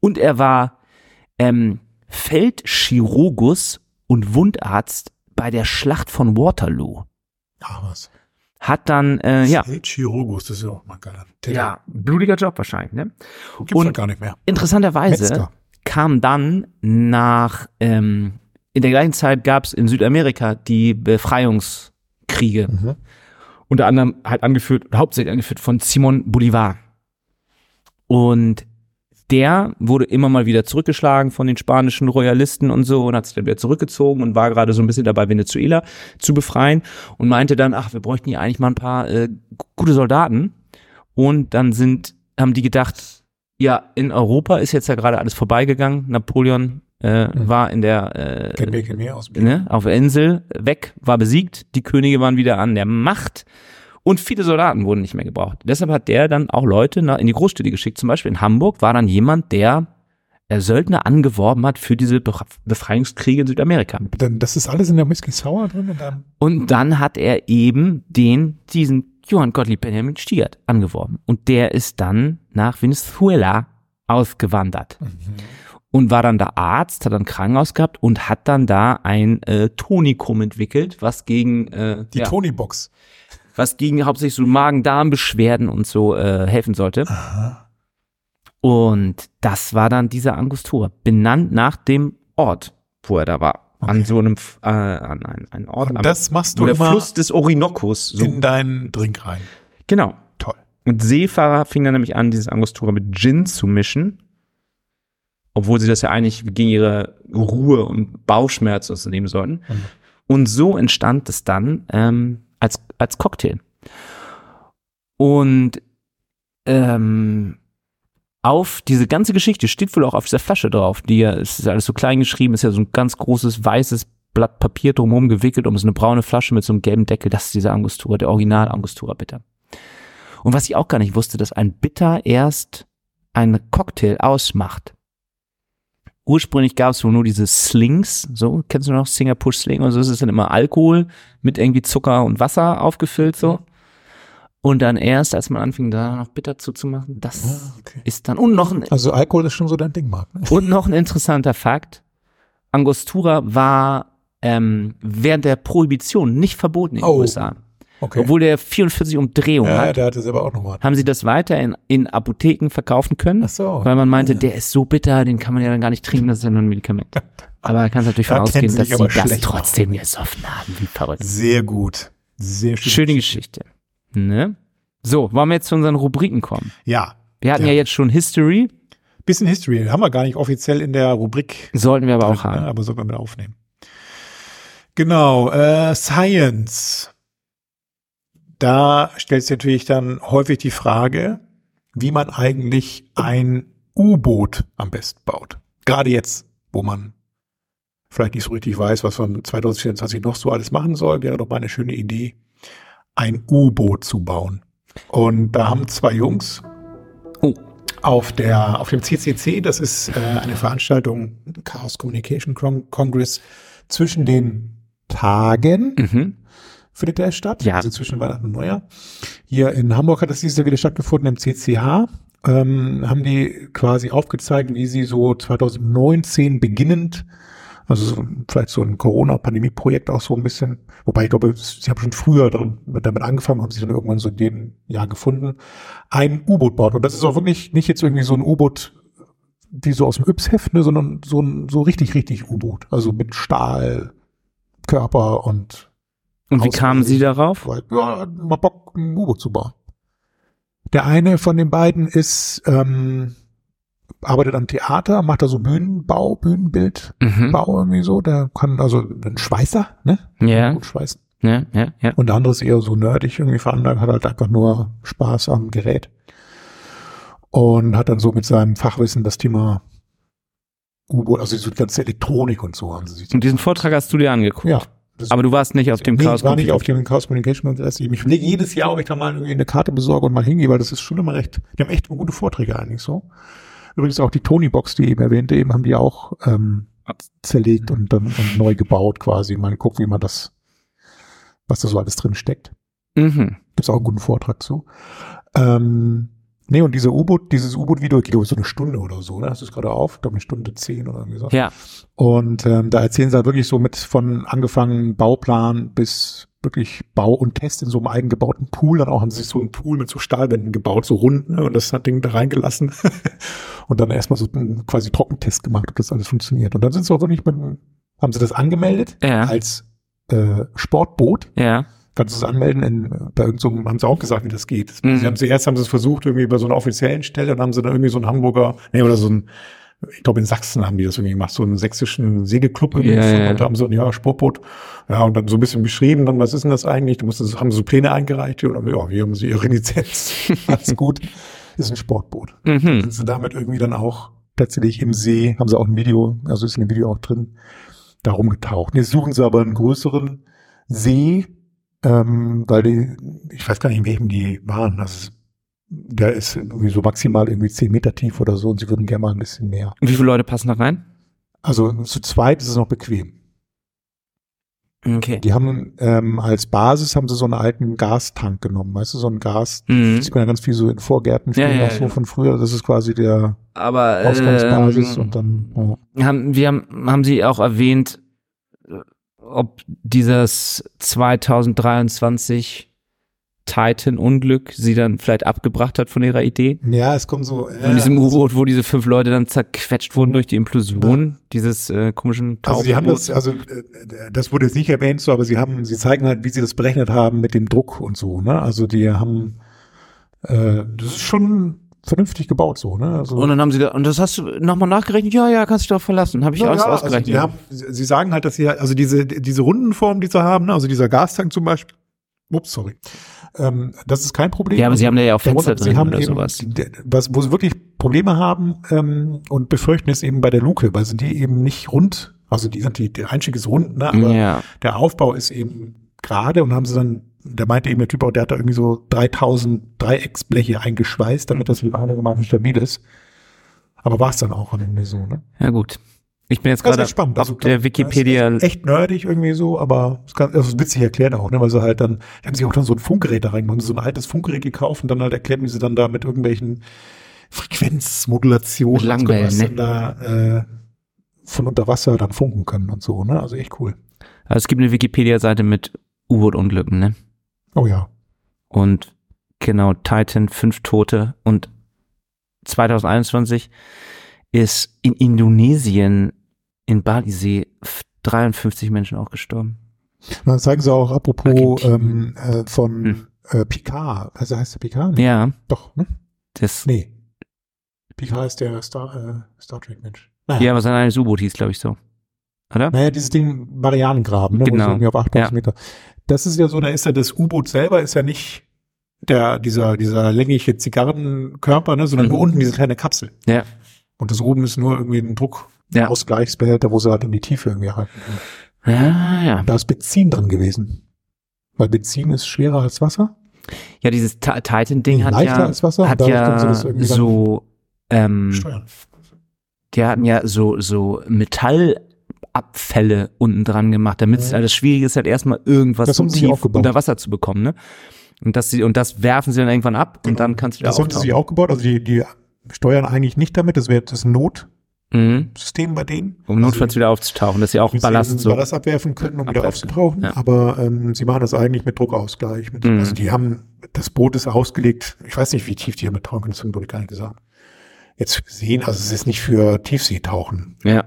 Und er war ähm, Feldchirurgus und Wundarzt bei der Schlacht von Waterloo.
Ach was.
Hat dann, äh, ja,
Chirurgus, das ist ja auch mal ein geiler Titel.
ja, blutiger Job wahrscheinlich, ne?
Gibt's
Und-
halt gar nicht mehr.
Interessanterweise
Metzger.
kam dann nach, ähm, in der gleichen Zeit gab es in Südamerika die Befreiungskriege.
Mhm.
Unter anderem halt angeführt, hauptsächlich angeführt von Simon Bolivar. Und der wurde immer mal wieder zurückgeschlagen von den spanischen Royalisten und so und hat sich dann wieder zurückgezogen und war gerade so ein bisschen dabei, Venezuela zu befreien und meinte dann, ach, wir bräuchten hier eigentlich mal ein paar äh, gute Soldaten. Und dann sind, haben die gedacht, ja, in Europa ist jetzt ja gerade alles vorbeigegangen. Napoleon äh, war in der
Kennt
äh,
mir, kennt mir aus.
ne, auf der Insel weg, war besiegt, die Könige waren wieder an der Macht und viele Soldaten wurden nicht mehr gebraucht. Deshalb hat der dann auch Leute nach, in die Großstädte geschickt. Zum Beispiel in Hamburg war dann jemand, der äh, Söldner angeworben hat für diese Bef- Befreiungskriege in Südamerika.
Dann, das ist alles in der Whisky Sour drin und dann.
Und dann hat er eben den, diesen Johann Gottlieb Benjamin Stiegert angeworben. Und der ist dann nach Venezuela ausgewandert
Mhm.
und war dann da Arzt, hat dann ein Krankenhaus gehabt und hat dann da ein äh, Tonikum entwickelt, was gegen, äh,
Die
ja,
Tony-Box.
was gegen hauptsächlich so Magen-Darm-Beschwerden und so äh, helfen sollte. Und das war dann dieser Angostura, benannt nach dem Ort, wo er da war. an so einem F- äh, an, an, an Ort
Und
am,
das machst
wo
du
der
immer
Fluss des Orinokos. So.
in deinen Drink rein.
Genau.
Toll.
Und Seefahrer fing dann nämlich an, dieses Angostura mit Gin zu mischen. Obwohl sie das ja eigentlich gegen ihre Ruhe und Bauchschmerz unternehmen sollten. Und so entstand es dann ähm, als, als Cocktail. Und ähm, auf diese ganze Geschichte steht wohl auch auf dieser Flasche drauf, die ja, es ist alles so klein geschrieben, ist ja so ein ganz großes weißes Blatt Papier drumherum gewickelt um so eine braune Flasche mit so einem gelben Deckel. Das ist dieser Angostura, der Original Angostura Bitter. Und was ich auch gar nicht wusste, dass ein Bitter erst einen Cocktail ausmacht. Ursprünglich gab es wohl nur diese Slings, so kennst du noch Singer Push Sling und so ist es dann immer Alkohol mit irgendwie Zucker und Wasser aufgefüllt so. Und dann erst, als man anfing, da noch Bitter zuzumachen, das
Ah, okay.
ist dann und noch ein
Also Alkohol ist schon so dein Ding, Marc. Ne?
und noch ein interessanter Fakt: Angostura war ähm, während der Prohibition nicht verboten in den
Oh,
USA,
Okay.
obwohl halt- der 44 Umdrehungen
ja,
hat.
der hatte selber auch noch mal.
Haben sie das weiter in, in Apotheken verkaufen können?
Ach so.
Weil man meinte, der ist so bitter, den kann man ja dann gar nicht trinken, das ist ja nur ein Medikament. Aber man kann es natürlich
Da
von
kennen
ausgehen,
sie
dass
sich
sie
aber
das
schlecht
trotzdem gesoffen haben, wie verrückt.
Sehr gut. Sehr schön.
Schöne Geschichte. Ne? So, wollen wir jetzt zu unseren Rubriken kommen?
Ja.
Wir hatten ja,
Ja.
jetzt schon History,
Bisschen History haben wir gar nicht offiziell in der Rubrik,
sollten wir aber auch
ne,
haben.
aber sollten wir mit aufnehmen. Genau, äh, Science. Da stellt sich natürlich dann häufig die Frage, wie man eigentlich ein U-Boot am besten baut. Gerade jetzt, wo man vielleicht nicht so richtig weiß, was man 2024 noch so alles machen soll, wäre doch mal eine schöne Idee, ein U-Boot zu bauen. Und da haben zwei Jungs
Oh.
auf, der, auf dem CCC, das ist äh, eine Veranstaltung, Chaos Communication Con- Congress, zwischen den Tagen
Mhm.
findet der statt,
Ja.
also zwischen Weihnachten und Neujahr. Hier in Hamburg hat das dieses Jahr wieder stattgefunden im CCH. Ähm, haben die quasi aufgezeigt, wie sie so 2019 beginnend, also so, vielleicht so ein Corona-Pandemie-Projekt auch so ein bisschen, wobei ich glaube, sie haben schon früher drin- damit angefangen, haben sich dann irgendwann so in dem Jahr gefunden, ein U-Boot baut. Und das ist auch wirklich nicht jetzt irgendwie so ein U-Boot wie so aus dem Yps-Heft, ne, sondern so ein so richtig, richtig U-Boot. Also mit Stahl, Körper und
Und wie kamen Sie darauf?
weil ja, hatten mal Bock, ein U-Boot zu bauen. Der eine von den beiden ist, ähm, arbeitet am Theater, macht da so Bühnenbau, Bühnenbildbau
Mhm.
irgendwie so. Der kann also ein Schweißer, ne?
Ja,
Gut schweißen.
ja, ja, ja.
Und der andere ist eher so nerdig irgendwie veranlagt, hat halt einfach nur Spaß am Gerät. Und hat dann so mit seinem Fachwissen das Thema U-Boot, also so die ganze Elektronik und so haben sie sich.
Und diesen Vortrag hast du dir angeguckt.
Ja, das-
Aber du warst nicht auf dem
nee,
Chaos
ich war nicht
Computer.
auf dem Chaos Communication Kongress. Ich überlege jedes Jahr, ob ich da mal irgendwie eine Karte besorge und mal hingehe, weil das ist schon immer recht. Die haben echt gute Vorträge eigentlich so. Übrigens auch die Tony Box, die eben erwähnte, eben haben die auch ähm, zerlegt und dann und neu gebaut quasi. Man guckt, wie man das, was da so alles drin steckt.
Mhm.
Gibt's auch einen guten Vortrag zu. Ähm, nee, und dieser U-Boot, dieses U-Boot-Video, ich glaube, so eine Stunde oder so, ne? Hast du es gerade auf? Ich glaube, eine Stunde zehn oder irgendwie so.
Ja,
Und ähm, da erzählen sie halt wirklich so mit von angefangen Bauplan bis wirklich Bau und Test in so einem eigengebauten Pool. Dann auch haben sie sich so einen Pool mit so Stahlwänden gebaut, so rund, ne? und das hat Ding da reingelassen. <laughs> und dann erstmal so einen quasi Trockentest gemacht, ob das alles funktioniert. Und dann sind sie auch wirklich mit, einem- haben sie das angemeldet
ja,
als äh, Sportboot.
ja.
Kannst du es anmelden? In, bei irgendeinem haben sie auch gesagt, wie das geht.
Mhm.
Sie haben zuerst haben sie es versucht, irgendwie bei so einer offiziellen Stelle, dann haben sie dann irgendwie so einen Hamburger, nee, oder so ein, ich glaube in Sachsen haben die das irgendwie gemacht, so einen sächsischen Segelclub irgendwie
Ja,
gefunden
ja, ja.
und da haben so ein ja, Sportboot, ja, und dann so ein bisschen beschrieben, dann, was ist denn das eigentlich? Da mussten, sie- haben sie so Pläne eingereicht, und dann, ja, hier haben sie ihre <laughs> Lizenz. Alles gut. Ist ein Sportboot.
Mhm.
Sind sie damit irgendwie dann auch tatsächlich im See, haben sie auch ein Video, also ist in dem Video auch drin, da rumgetaucht. Jetzt suchen sie aber einen größeren See, ähm, weil die, ich weiß gar nicht, in welchem die waren. Also, der ist irgendwie so maximal irgendwie 10 Meter tief oder so und sie würden gerne mal ein bisschen mehr.
Wie viele Leute passen da rein?
Also zu zweit ist es noch bequem.
Okay.
Die haben ähm, als Basis haben sie so einen alten Gastank genommen, weißt du, so einen Gas.
Mhm.
Das sieht man ja ganz viel so in Vorgärten,
Ja,
viel
ja,
noch so
ja.
von früher. Das ist quasi der
Aber
Ausgangsbasis
ähm,
und dann. Ja.
haben, wir haben, haben Sie auch erwähnt, äh, ob dieses 2023 Titan-Unglück sie dann vielleicht abgebracht hat von ihrer Idee.
Ja, es kommt so. äh,
In diesem U-Boot, wo diese fünf Leute dann zerquetscht wurden durch die Implosion dieses äh, komischen
Also sie haben
Tauchboots.
das, also äh, das wurde jetzt nicht erwähnt, so, aber sie haben, sie zeigen halt, wie sie das berechnet haben mit dem Druck und so. Ne? Also die haben, äh, das ist schon vernünftig gebaut so. Ne? Also,
Und dann haben sie da, und das hast du nochmal nachgerechnet? Ja, ja, kannst dich darauf verlassen. Habe ich alles
also
ausgerechnet.
die haben, sie sie sagen halt, dass sie halt, also diese diese Rundenform, die sie haben, ne? also dieser Gastank zum Beispiel. Ups, sorry. Ähm, das ist kein Problem.
ja, aber sie haben da ja auch Fenster
sie
drin
haben
oder
eben,
sowas.
d- Was, wo sie wirklich Probleme haben ähm, und befürchten ist eben bei der Luke, weil sie die eben nicht rund, also die sind die, der Einstieg ist rund, ne, aber
Ja.
der Aufbau ist eben gerade und haben sie dann, da meinte eben der Typ auch, der hat da irgendwie so 3000 Dreiecksbleche eingeschweißt, damit das wie einigermaßen stabil ist. Aber war es dann auch am Ende so, ne?
ja, gut. Ich bin jetzt
Das ist
gerade
echt spannend.
auf der
das ist echt-
Wikipedia
Echt nerdig irgendwie so, aber es kann, das ist witzig erklärt auch, ne? Weil sie halt dann, die haben sich auch dann so ein Funkgerät da reingemacht, so ein altes Funkgerät gekauft und dann halt erklärt, wie sie dann da mit irgendwelchen Frequenzmodulationen
Mit Langwellen,
und sowas
ne?
dann da äh, von unter Wasser dann funken können und so, ne? Also echt cool.
Also es gibt eine Wikipedia-Seite mit U-Boot-Unglücken, ne?
Oh ja.
Und genau, Titan, fünf Tote und 2021 ist in Indonesien, in Balisee, f- 53 Menschen auch gestorben.
Und dann zeigen sie auch, apropos ähm,
Argentinien.
äh, von
Hm.
äh, Picard, also heißt der Picard? Nee.
Ja,
Doch, ne?
das,
Nee. Picard ist der Star, äh, Star Trek-Mensch. Naja.
ja, aber sein eines U-Boot hieß, glaube ich, so. Oder?
Naja, dieses Ding Marianengraben, ne,
Genau.
wo sie irgendwie auf 8000
Ja.
Meter. Das ist ja so, da ist ja das U-Boot selber ist ja nicht der, dieser, dieser längliche Zigarrenkörper, ne, sondern
Mhm.
nur unten diese kleine Kapsel.
Ja.
Und das oben ist nur irgendwie ein
Ja.
Druckausgleichsbehälter, wo sie halt in die Tiefe irgendwie rein.
Ja, ja.
Da ist Benzin drin gewesen. Weil Benzin ist schwerer als Wasser.
Ja, dieses Ti- Titan-Ding
Nee,
hat
leichter
ja,
als Wasser,
hat
und dadurch können sie
ja
das irgendwie dann
so, ähm,
Steuern.
die hatten ja so, so Metallabfälle unten dran gemacht, damit es
Mhm.
halt das Schwierige ist halt erstmal irgendwas
Das
so
haben sie
tief
aufgebaut.
unter Wasser zu bekommen, ne? Und das, sie- und das werfen sie dann irgendwann ab und dann kannst du wieder
Genau. Das haben sie
auftauchen.
auch gebaut. Also die, die steuern eigentlich nicht damit. Das wäre jetzt das Notsystem
Mhm.
bei denen.
Um notfalls wieder aufzutauchen, dass sie auch
Mit
Ballast
denen
so.
Ballast abwerfen können, um wieder
Abwerfen.
aufzutauchen.
Ja.
Aber ähm, sie machen das eigentlich mit Druckausgleich. Mit,
Mhm.
Also die haben, das Boot ist ausgelegt. Ich weiß nicht, wie tief die damit tauchen können. Das wurde gar nicht gesagt. Jetzt sehen, also es ist nicht für Tiefseetauchen
Ja.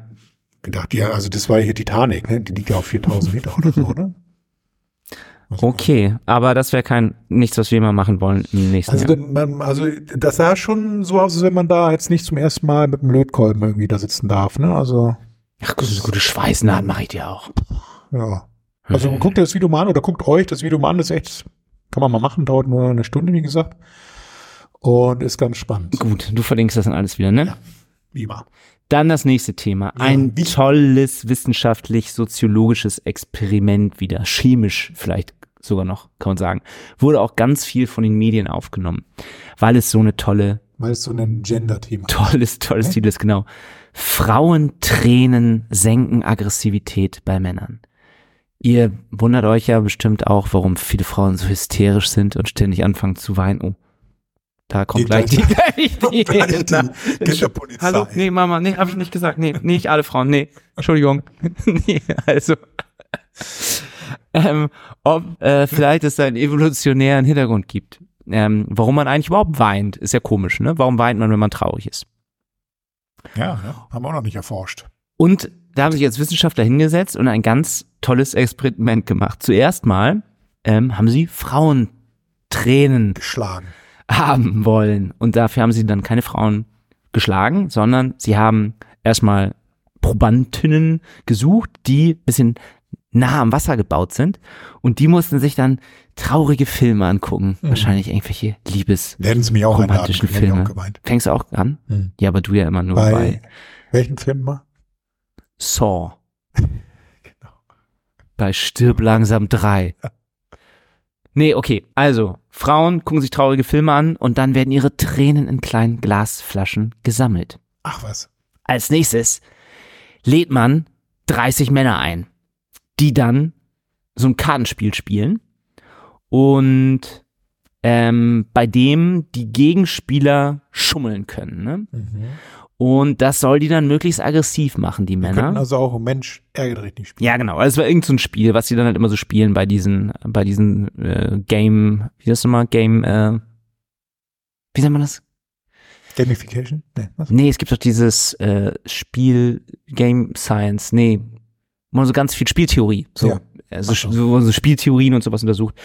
gedacht. Ja, also das war hier Titanic. Ne? Die liegt ja auf 4000 Meter oder so,
<laughs>
oder?
Okay, aber das wäre kein, nichts, was wir mal machen wollen im nächsten
Also,
Jahr.
wenn man, also das sah schon so aus, als wenn man da jetzt nicht zum ersten Mal mit dem Lötkolben irgendwie da sitzen darf. Ne? Also
Ach, gut, so gute Schweißnaht mache ich dir auch.
ja. Also guckt das Video mal an oder guckt euch das Video mal an. Das ist echt, kann man mal machen. Dauert nur eine Stunde, wie gesagt. Und ist ganz spannend.
Gut, du verlinkst das dann alles wieder, ne?
Wie immer.
Dann das nächste Thema. Ein
wie-
tolles wissenschaftlich-soziologisches Experiment wieder. Chemisch vielleicht sogar noch, kann man sagen. Wurde auch ganz viel von den Medien aufgenommen, weil es so eine tolle, <laughs>
Weil es so ein Gender-Thema ist.
tolles, tolles
Hä?
Titel ist, genau. Frauentränen senken Aggressivität bei Männern. Ihr wundert euch ja bestimmt auch, warum viele Frauen so hysterisch sind und ständig anfangen zu weinen. Oh, da kommt
Die
gleich die, <laughs>
Die
die,
Kinderpolizei.
Hallo? Nee, Mama, nee, habe ich nicht gesagt. Nee, nicht alle Frauen, nee. Entschuldigung. <laughs> nee, also. Ähm, ob äh, vielleicht es da einen evolutionären Hintergrund gibt. Ähm, warum man eigentlich überhaupt weint, ist ja komisch, ne? Warum weint man, wenn man traurig ist?
Ja, ne? haben wir auch noch nicht erforscht.
Und da haben sich jetzt Wissenschaftler hingesetzt und ein ganz tolles Experiment gemacht. Zuerst mal ähm, haben sie Frauentränen
Geschlagen.
haben wollen. Und dafür haben sie dann keine Frauen geschlagen, sondern sie haben erstmal Probandinnen gesucht, die ein bisschen nah am Wasser gebaut sind. Und die mussten sich dann traurige Filme angucken. Wahrscheinlich irgendwelche Liebes.
Werden sie mich auch einladen.
Romantischen
Hätte ich
Filme.
auch gemeint.
Fängst du auch an?
Hm.
Ja, aber du ja immer nur bei,
Bei, welchen Film mal? <laughs>
Saw.
Genau.
Bei Stirb
<laughs>
langsam 3. Nee, okay. Also, Frauen gucken sich traurige Filme an und dann werden ihre Tränen in kleinen Glasflaschen gesammelt.
Ach was.
Als nächstes lädt man 30 Männer ein, die dann so ein Kartenspiel spielen und
Mhm.
ähm, bei dem die Gegenspieler schummeln können. Ne? Und das soll die dann möglichst aggressiv machen, die
Wir könnten
Männer.
also auch Mensch ärgere dich nicht spielen.
ja, genau. Also es war irgend so ein Spiel, was die dann halt immer so spielen bei diesen, bei diesen äh, Game, wie das nochmal, Game, äh, wie nennt man das?
Gamification? Nee, was?
Nee, es gibt doch dieses äh, Spiel Game Science. Nee, man so ganz viel Spieltheorie. So,
Ja.
also,
Ach so.
so. wo man so Spieltheorien und sowas untersucht.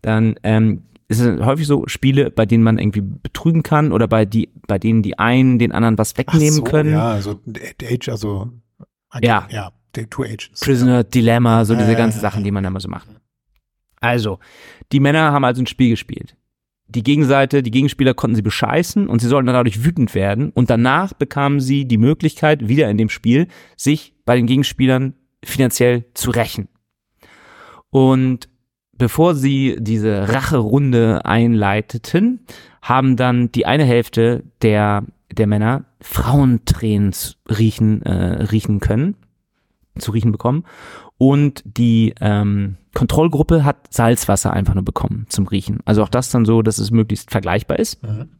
Dann ähm, ist es häufig so Spiele, bei denen man irgendwie betrügen kann oder bei die, bei denen die einen den anderen was
Ach
wegnehmen
so,
können.
Ja, also Age, also
Ja.
ja, the Two Agents.
Prisoner Dilemma, so diese
Ja,
ganzen
ja, ja,
Sachen,
ja.
die man da immer so macht. Also, die Männer haben also ein Spiel gespielt. Die Gegenseite, die Gegenspieler konnten sie bescheißen und sie sollten dadurch wütend werden. Und danach bekamen sie die Möglichkeit, wieder in dem Spiel, sich bei den Gegenspielern finanziell zu rächen. Und bevor sie diese Racherunde einleiteten, haben dann die eine Hälfte der, der Männer Frauentränen zu riechen, äh, riechen können, zu riechen bekommen. Und die ähm, Kontrollgruppe hat Salzwasser einfach nur bekommen zum Riechen. Also auch das dann so, dass es möglichst vergleichbar ist.
Mhm.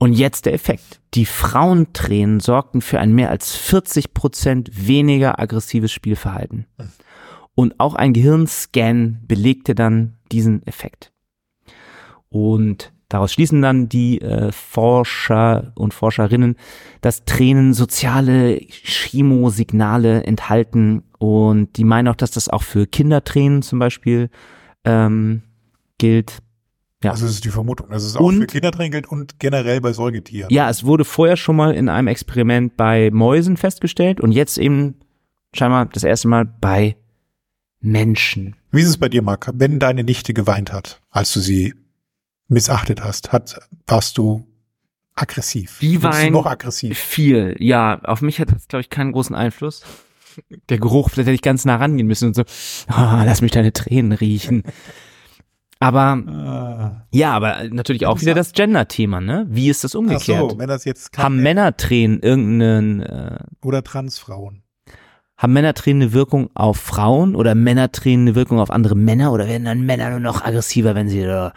Und jetzt der Effekt. Die Frauentränen sorgten für ein mehr als 40 Prozent weniger aggressives Spielverhalten. Und auch ein Gehirnscan belegte dann diesen Effekt. Und daraus schließen dann die äh, Forscher und Forscherinnen, dass Tränen soziale Chemosignale enthalten. Und die meinen auch, dass das auch für Kindertränen zum Beispiel ähm, gilt. Ja.
Also das ist die Vermutung, dass es auch
Und-
für Kinder drin gilt und generell bei Säugetieren.
Ja, es wurde vorher schon mal in einem Experiment bei Mäusen festgestellt und jetzt eben scheinbar das erste Mal bei Menschen.
Wie ist es bei dir, Marc? Wenn deine Nichte geweint hat, als du sie missachtet hast, hat, warst du aggressiv.
Die
Wurdest du
weint-
noch aggressiv.
Viel, ja. Auf mich hat das, glaube ich, keinen großen Einfluss. Der Geruch, vielleicht hätte ich ganz nah rangehen müssen und so, <laughs> ah, lass mich deine Tränen riechen. Aber
Ah.
ja, aber äh, natürlich auch wieder das Gender-Thema, ne? Wie ist das
Ach
umgekehrt?
so, wenn das jetzt kann,
Haben Männertränen irgendeinen äh,
oder Transfrauen.
Haben Männertränen eine Wirkung auf Frauen oder Männertränen eine Wirkung auf andere Männer oder werden dann Männer nur noch aggressiver, wenn sie, äh,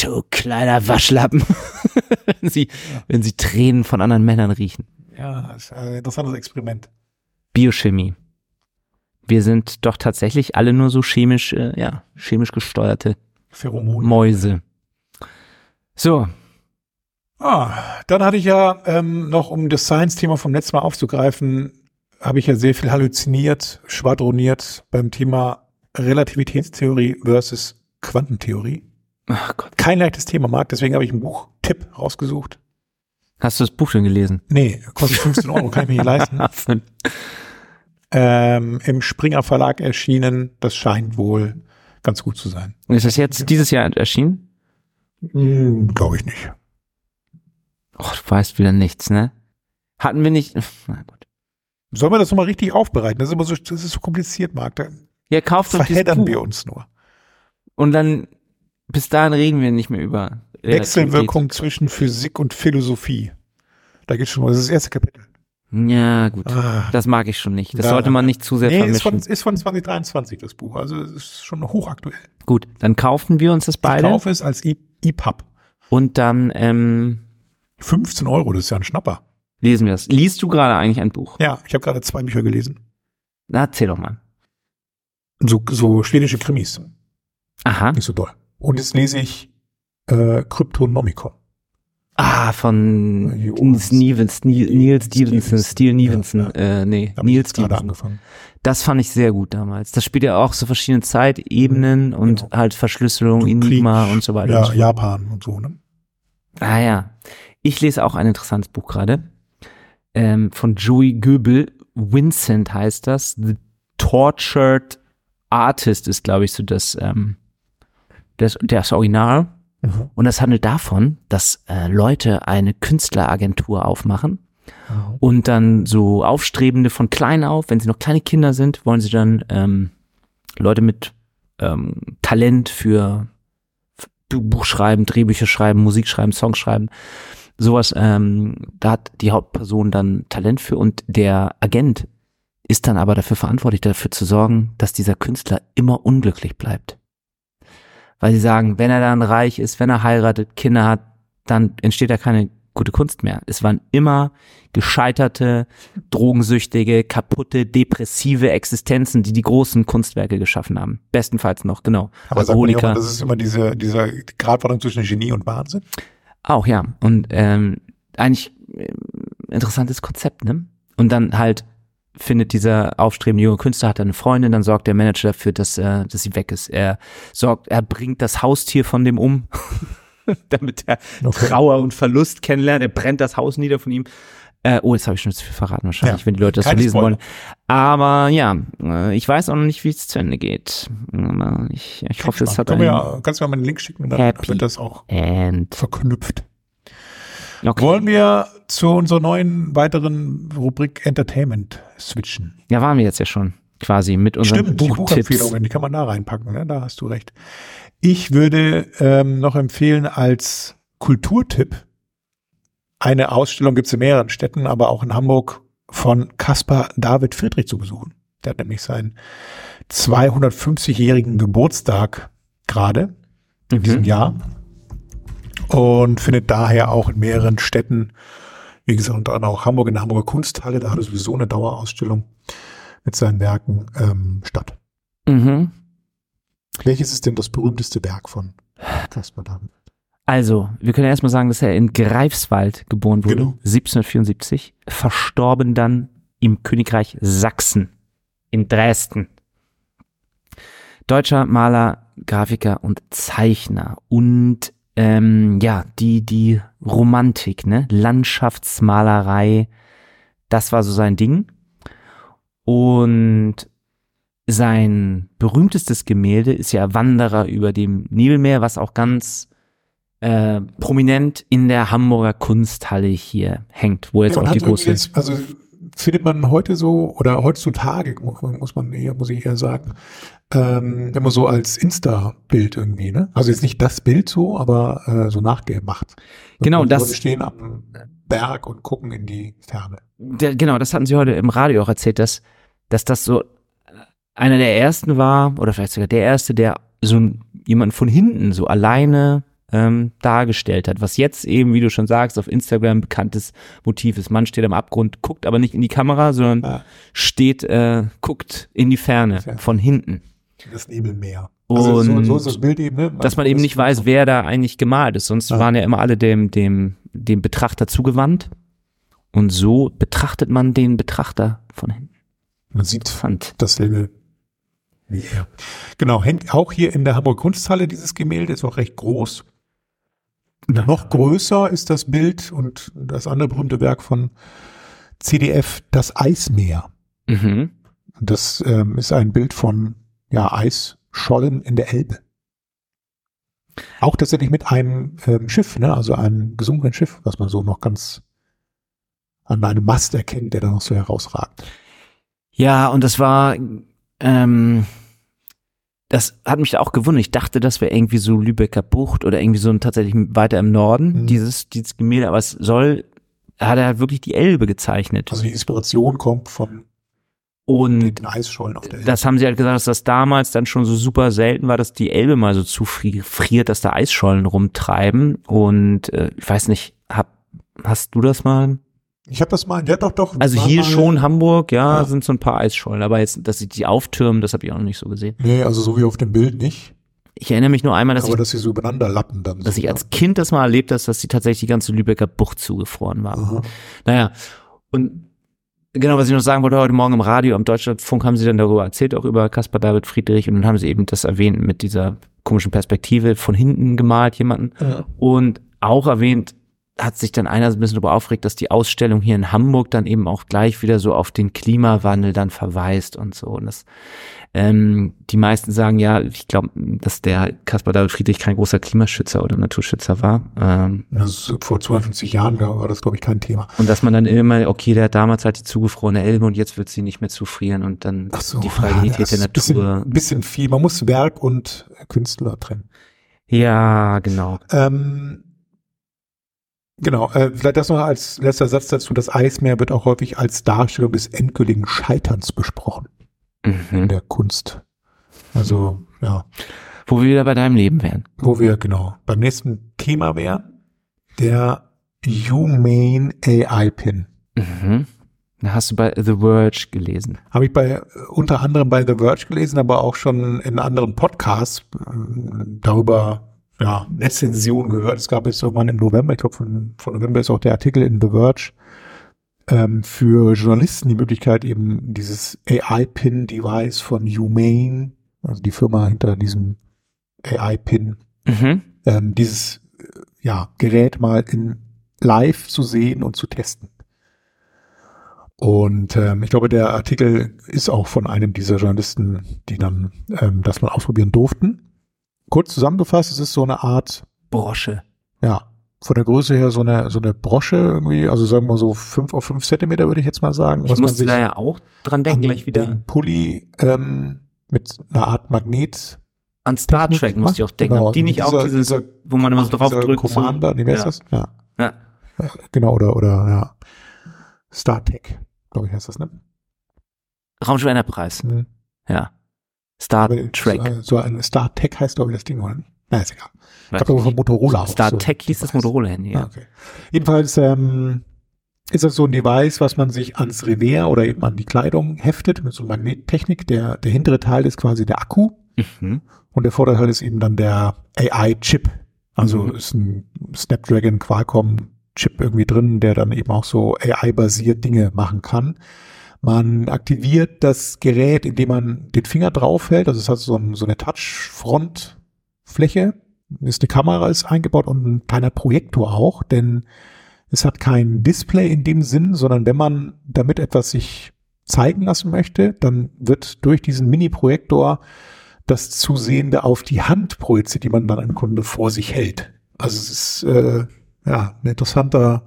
du kleiner Waschlappen, <laughs> wenn, sie, wenn sie Tränen von anderen Männern riechen?
Ja, das ist ein interessantes Experiment.
Biochemie. Wir sind doch tatsächlich alle nur so chemisch, äh, ja, chemisch gesteuerte
Pheromone.
Mäuse. So,
Ah, dann hatte ich ja ähm, noch, um das Science-Thema vom letzten Mal aufzugreifen, habe ich ja sehr viel halluziniert, schwadroniert beim Thema Relativitätstheorie versus Quantentheorie.
ach Gott.
Kein leichtes Thema, Marc, deswegen habe ich einen Buchtipp rausgesucht.
Hast du das Buch schon gelesen?
Nee, kostet 15 Euro, kann ich mir nicht
<laughs>
leisten.
Affen.
Ähm, Im Springer Verlag erschienen, das scheint wohl ganz gut zu sein.
Ist das jetzt dieses Jahr erschienen? Mm.
Hm, Glaube ich nicht.
Och, du weißt wieder nichts, ne? Hatten wir nicht. <laughs> Na gut.
Sollen wir das nochmal richtig aufbereiten? Das ist immer so, das ist so kompliziert, Marc. Da
Ja, kauft doch dieses
verheddern
Buch.
wir uns nur.
Und dann, bis dahin reden wir nicht mehr über
Wechselwirkung zwischen Physik und Philosophie. Da geht's schon mal, das ist das erste Kapitel.
Relativität. Ja, gut.
Ah.
Das mag ich schon nicht. Das
Da-
sollte man nicht zu sehr
Nee, ist von,
vermischen.
ist von 2023 das Buch, also es ist schon hochaktuell.
Gut, dann kaufen wir uns das
Ich
beide.
kaufe es als E- EPUB.
Und dann ähm,
15 Euro, das ist ja ein Schnapper.
lesen wir das. Liest du gerade eigentlich ein Buch?
Ja, ich habe gerade zwei Bücher gelesen.
Na, erzähl doch mal.
So, so schwedische Krimis,
Aha.
nicht so doll. Und jetzt lese ich äh, Kryptonomicon.
Ah, von
Ja,
Nils Stevens, Neil, Neil
Stevenson.
Stevenson, Steele Stevenson,
Ja,
äh, nee,
Da habe ich
Neil
jetzt gerade
Stevenson.
angefangen.
Das fand ich sehr gut damals. Das spielt ja auch so verschiedene Zeitebenen und
Genau.
halt Verschlüsselung,
Krieg,
Enigma und so weiter. und so
Ja,
fort.
Japan und so, ne?
Ah ja. Ich lese auch ein interessantes Buch gerade. Ähm, von Joey Goebel. Vincent heißt das. The Tortured Artist ist, glaube ich, so das, ähm, das, das Original.
Mhm.
Und das handelt davon, dass äh, Leute eine Künstleragentur aufmachen und dann so Aufstrebende von klein auf, wenn sie noch kleine Kinder sind, wollen sie dann ähm, Leute mit ähm, Talent für für Buch schreiben, Drehbücher schreiben, Musik schreiben, Songs schreiben, sowas, ähm, da hat die Hauptperson dann Talent für und der Agent ist dann aber dafür verantwortlich, dafür zu sorgen, dass dieser Künstler immer unglücklich bleibt. Weil sie sagen, wenn er dann reich ist, wenn er heiratet, Kinder hat, dann entsteht da keine gute Kunst mehr. Es waren immer gescheiterte, drogensüchtige, kaputte, depressive Existenzen, die die großen Kunstwerke geschaffen haben. Bestenfalls noch, genau.
Aber sagt man nicht auch, das ist immer diese, diese Gratwanderung zwischen Genie und Wahnsinn.
Auch, ja. Und ähm, eigentlich äh, interessantes Konzept, ne? Und dann halt findet dieser aufstrebende junge Künstler, hat eine Freundin, dann sorgt der Manager dafür, dass, äh, dass sie weg ist. Er sorgt, er bringt das Haustier von dem um, <laughs> damit er
Okay.
Trauer und Verlust kennenlernt. Er brennt das Haus nieder von ihm. Äh, oh, jetzt habe ich schon zu viel verraten wahrscheinlich,
Ja,
wenn die Leute das so
keine
lesen
Spoiler.
wollen. Aber ja, äh, ich weiß auch noch nicht, wie es zu Ende geht. Aber Ich, ich hoffe, es hat
Können
halt ein
wir ja, kannst du mir mal einen Link schicken und dann
Happy.
wird das auch
End.
verknüpft.
Okay.
Wollen wir zu unserer neuen weiteren Rubrik Entertainment switchen?
Ja, waren wir jetzt ja schon quasi mit unseren
die
Buchtipps.
Buchempfehlungen, die kann man da reinpacken, ne? da hast du recht. Ich würde ähm, noch empfehlen als Kulturtipp, eine Ausstellung gibt es in mehreren Städten, aber auch in Hamburg von Caspar David Friedrich zu besuchen. Der hat nämlich seinen 250-jährigen Geburtstag gerade
Mhm.
in diesem Jahr und findet daher auch in mehreren Städten, wie gesagt, unter anderem auch Hamburg in der Hamburger Kunsthalle, da hat er sowieso eine Dauerausstellung mit seinen Werken ähm, statt.
Mhm.
Welches ist denn das berühmteste Werk von Caspar David?
Also, wir können erstmal sagen, dass er in Greifswald geboren wurde,
Genau.
1774, verstorben dann im Königreich Sachsen, in Dresden. Deutscher Maler, Grafiker und Zeichner und ähm, ja, die, die Romantik, ne? Landschaftsmalerei, das war so sein Ding. Und sein berühmtestes Gemälde ist ja Wanderer über dem Nilmeer, was auch ganz äh, prominent in der Hamburger Kunsthalle hier hängt, wo jetzt
Ja, und
auch
hat
die
irgendwie
große.
jetzt, also findet man heute so oder heutzutage mu- muss man eher, muss ich eher sagen, ähm, immer so als Insta-Bild irgendwie, ne? Also jetzt nicht das Bild so, aber äh, so nachgemacht.
Genau,
Die
das-
Leute stehen am Berg und gucken in die Ferne.
Der, genau, das hatten sie heute im Radio auch erzählt, dass, dass das so einer der ersten war, oder vielleicht sogar der erste, der so ein- jemanden von hinten so alleine ähm, dargestellt hat. Was jetzt eben, wie du schon sagst, auf Instagram ein bekanntes Motiv ist. Man steht am Abgrund, guckt aber nicht in die Kamera, sondern
Ja.
steht, äh, guckt in die Ferne
Ferne.
von hinten.
Das Nebelmeer. Also so,
Und
so ist das Bild eben, ne?
Dass man eben nicht weiß, wer da eigentlich gemalt ist. Sonst
Ja.
waren ja immer alle dem, dem, dem Betrachter zugewandt. Und so betrachtet man den Betrachter von hinten.
Man sieht
Fand.
dasselbe wie er. Genau, hängt auch hier in der Hamburger Kunsthalle dieses Gemälde, ist auch recht groß. Noch größer ist das Bild und das andere berühmte Werk von CDF, das Eismeer.
Mhm.
Das ähm, ist ein Bild von ja, Eisschollen in der Elbe. Auch tatsächlich mit einem ähm, Schiff, ne? also einem gesunkenen Schiff, was man so noch ganz an einem Mast erkennt, der da noch so herausragt.
Ja, und das war, ähm, das hat mich auch gewundert. Ich dachte, das wäre irgendwie so Lübecker Bucht oder irgendwie so ein, tatsächlich weiter im Norden,
Mhm.
dieses, dieses Gemälde, aber es soll, hat er halt wirklich die Elbe gezeichnet.
Also die Inspiration kommt von
und
den Eisschollen auf der Elbe.
Hm. das haben sie halt gesagt, dass das damals dann schon so super selten war, dass die Elbe mal so zufriert, dass da Eisschollen rumtreiben. Und äh, ich weiß nicht, hab, hast du das mal?
Ich habe das mal, ja doch, doch.
Also
war
hier
mal-
schon Hamburg, ja,
Ja.
sind so ein paar Eisschollen, aber jetzt, dass sie die auftürmen, das habe ich auch noch nicht so gesehen.
Nee, also so wie auf dem Bild nicht.
Ich erinnere mich nur einmal, dass,
aber
ich,
dass sie so übereinander lappen dann.
dass
so,
ich als Kind das mal erlebt habe, dass die tatsächlich die ganze Lübecker Bucht zugefroren war.
ja. Aha.
Naja, und genau, was ich noch sagen wollte, heute Morgen im Radio, am Deutschlandfunk haben sie dann darüber erzählt, auch über Caspar David Friedrich, und dann haben sie eben das erwähnt mit dieser komischen Perspektive von hinten gemalt jemanden.
Mhm.
Und auch erwähnt, hat sich dann einer so ein bisschen darüber aufgeregt, dass die Ausstellung hier in Hamburg dann eben auch gleich wieder so auf den Klimawandel dann verweist und so. Und das, ähm, die meisten sagen ja, ich glaube, dass der Caspar David Friedrich kein großer Klimaschützer oder Naturschützer war. Ähm,
Also vor 52 Jahren da war das, glaube ich, kein Thema.
und dass man dann immer, okay, der hat damals halt die zugefrorene Elbe und jetzt wird sie nicht mehr zufrieren und dann
Ach so,
die
ja, <laughs>
Fragilität
das
der
ist ein
Natur.
Bisschen, bisschen viel. Man muss Werk und Künstler trennen.
Ja, genau.
Ähm, genau, äh, vielleicht das noch als letzter Satz dazu. Das Eismeer wird auch häufig als Darstellung des endgültigen Scheiterns besprochen in
Mhm.
der Kunst. Also, ja.
Wo wir wieder bei deinem Leben wären.
wo wir genau beim nächsten Thema wären, der Humane AI Pin.
Mhm. Da hast du bei The Verge gelesen.
Habe ich bei unter anderem bei The Verge gelesen, aber auch schon in anderen Podcasts äh, darüber ja, Rezension gehört. Es gab jetzt irgendwann im November, ich glaube von, von November ist auch der Artikel in The Verge, ähm, für Journalisten die Möglichkeit, eben dieses AI-Pin-Device von Humane, also die Firma hinter diesem AI-Pin,
Mhm.
ähm, dieses äh, ja, Gerät mal in live zu sehen und zu testen. Und ähm, ich glaube, der Artikel ist auch von einem dieser Journalisten, die dann ähm, das mal ausprobieren durften. Kurz zusammengefasst, es ist so eine Art,
Brosche.
ja, von der Größe her so eine, so eine Brosche irgendwie, also sagen wir mal so fünf auf fünf Zentimeter würde ich jetzt mal sagen.
Ich musste da ja auch dran denken,
an
gleich wieder.
den Pulli ähm, mit einer Art Magnet
An Star
Technik
Trek musste ich auch denken.
Genau,
Ob die nicht auch
dieser-
dieses,
dieser-
wo man immer so drauf
dieser
drückt. so-
Commander, nee, wer ist
ja.
das? Ja.
Ja.
Genau, oder, oder ja. StarTech, glaube ich, heißt das, ne?
Raumschiff Enterprise.
Mhm.
Ja. Star
Aber
Trek.
So, ein- so ein StarTech heißt, glaube ich, das Ding, oder? Na, ist egal. Ich
Weiß
glaube,
ich
von Motorola auch.
Star
so
Tech hieß das
Device.
Motorola-Handy.
Ah,
Ja.
okay. Jedenfalls ähm, ist das so ein Device, was man sich ans Revers oder eben an die Kleidung heftet mit so einer Magnettechnik. Der, der hintere Teil ist quasi der Akku
Mhm.
und der vordere Teil ist eben dann der AI-Chip. Also
Mhm.
ist ein Snapdragon Qualcomm Chip irgendwie drin, der dann eben auch so AI-basiert Dinge machen kann. Man aktiviert das Gerät, indem man den Finger draufhält. Also es hat so, ein, so eine Touch-Front-Fläche. Ist eine Kamera ist eingebaut und ein kleiner Projektor auch, denn es hat kein Display in dem Sinn, sondern wenn man damit etwas sich zeigen lassen möchte, dann wird durch diesen Mini-Projektor das Zusehende auf die Hand projiziert, die man dann einem Kunde vor sich hält. Also es ist äh, ja eine interessante,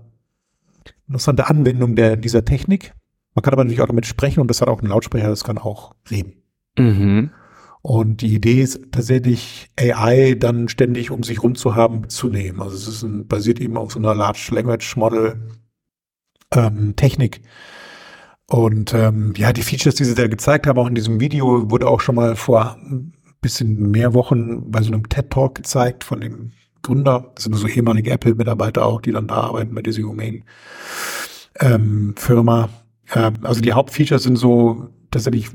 interessante Anwendung der, dieser Technik. Man kann aber natürlich auch damit sprechen und das hat auch einen Lautsprecher, das kann auch reden.
Mhm.
Und die Idee ist tatsächlich, AI dann ständig um sich rum zu haben, zu nehmen. Also es ist ein, basiert eben auf so einer Large Language Model ähm, Technik. Und ähm, ja, die Features, die sie da gezeigt haben, auch in diesem Video, wurde auch schon mal vor ein bisschen mehr Wochen bei so einem TED-Talk gezeigt von dem Gründer. Das sind so ehemalige Apple-Mitarbeiter auch, die dann da arbeiten bei dieser Humane-Firma. ähm, also die Hauptfeatures sind so tatsächlich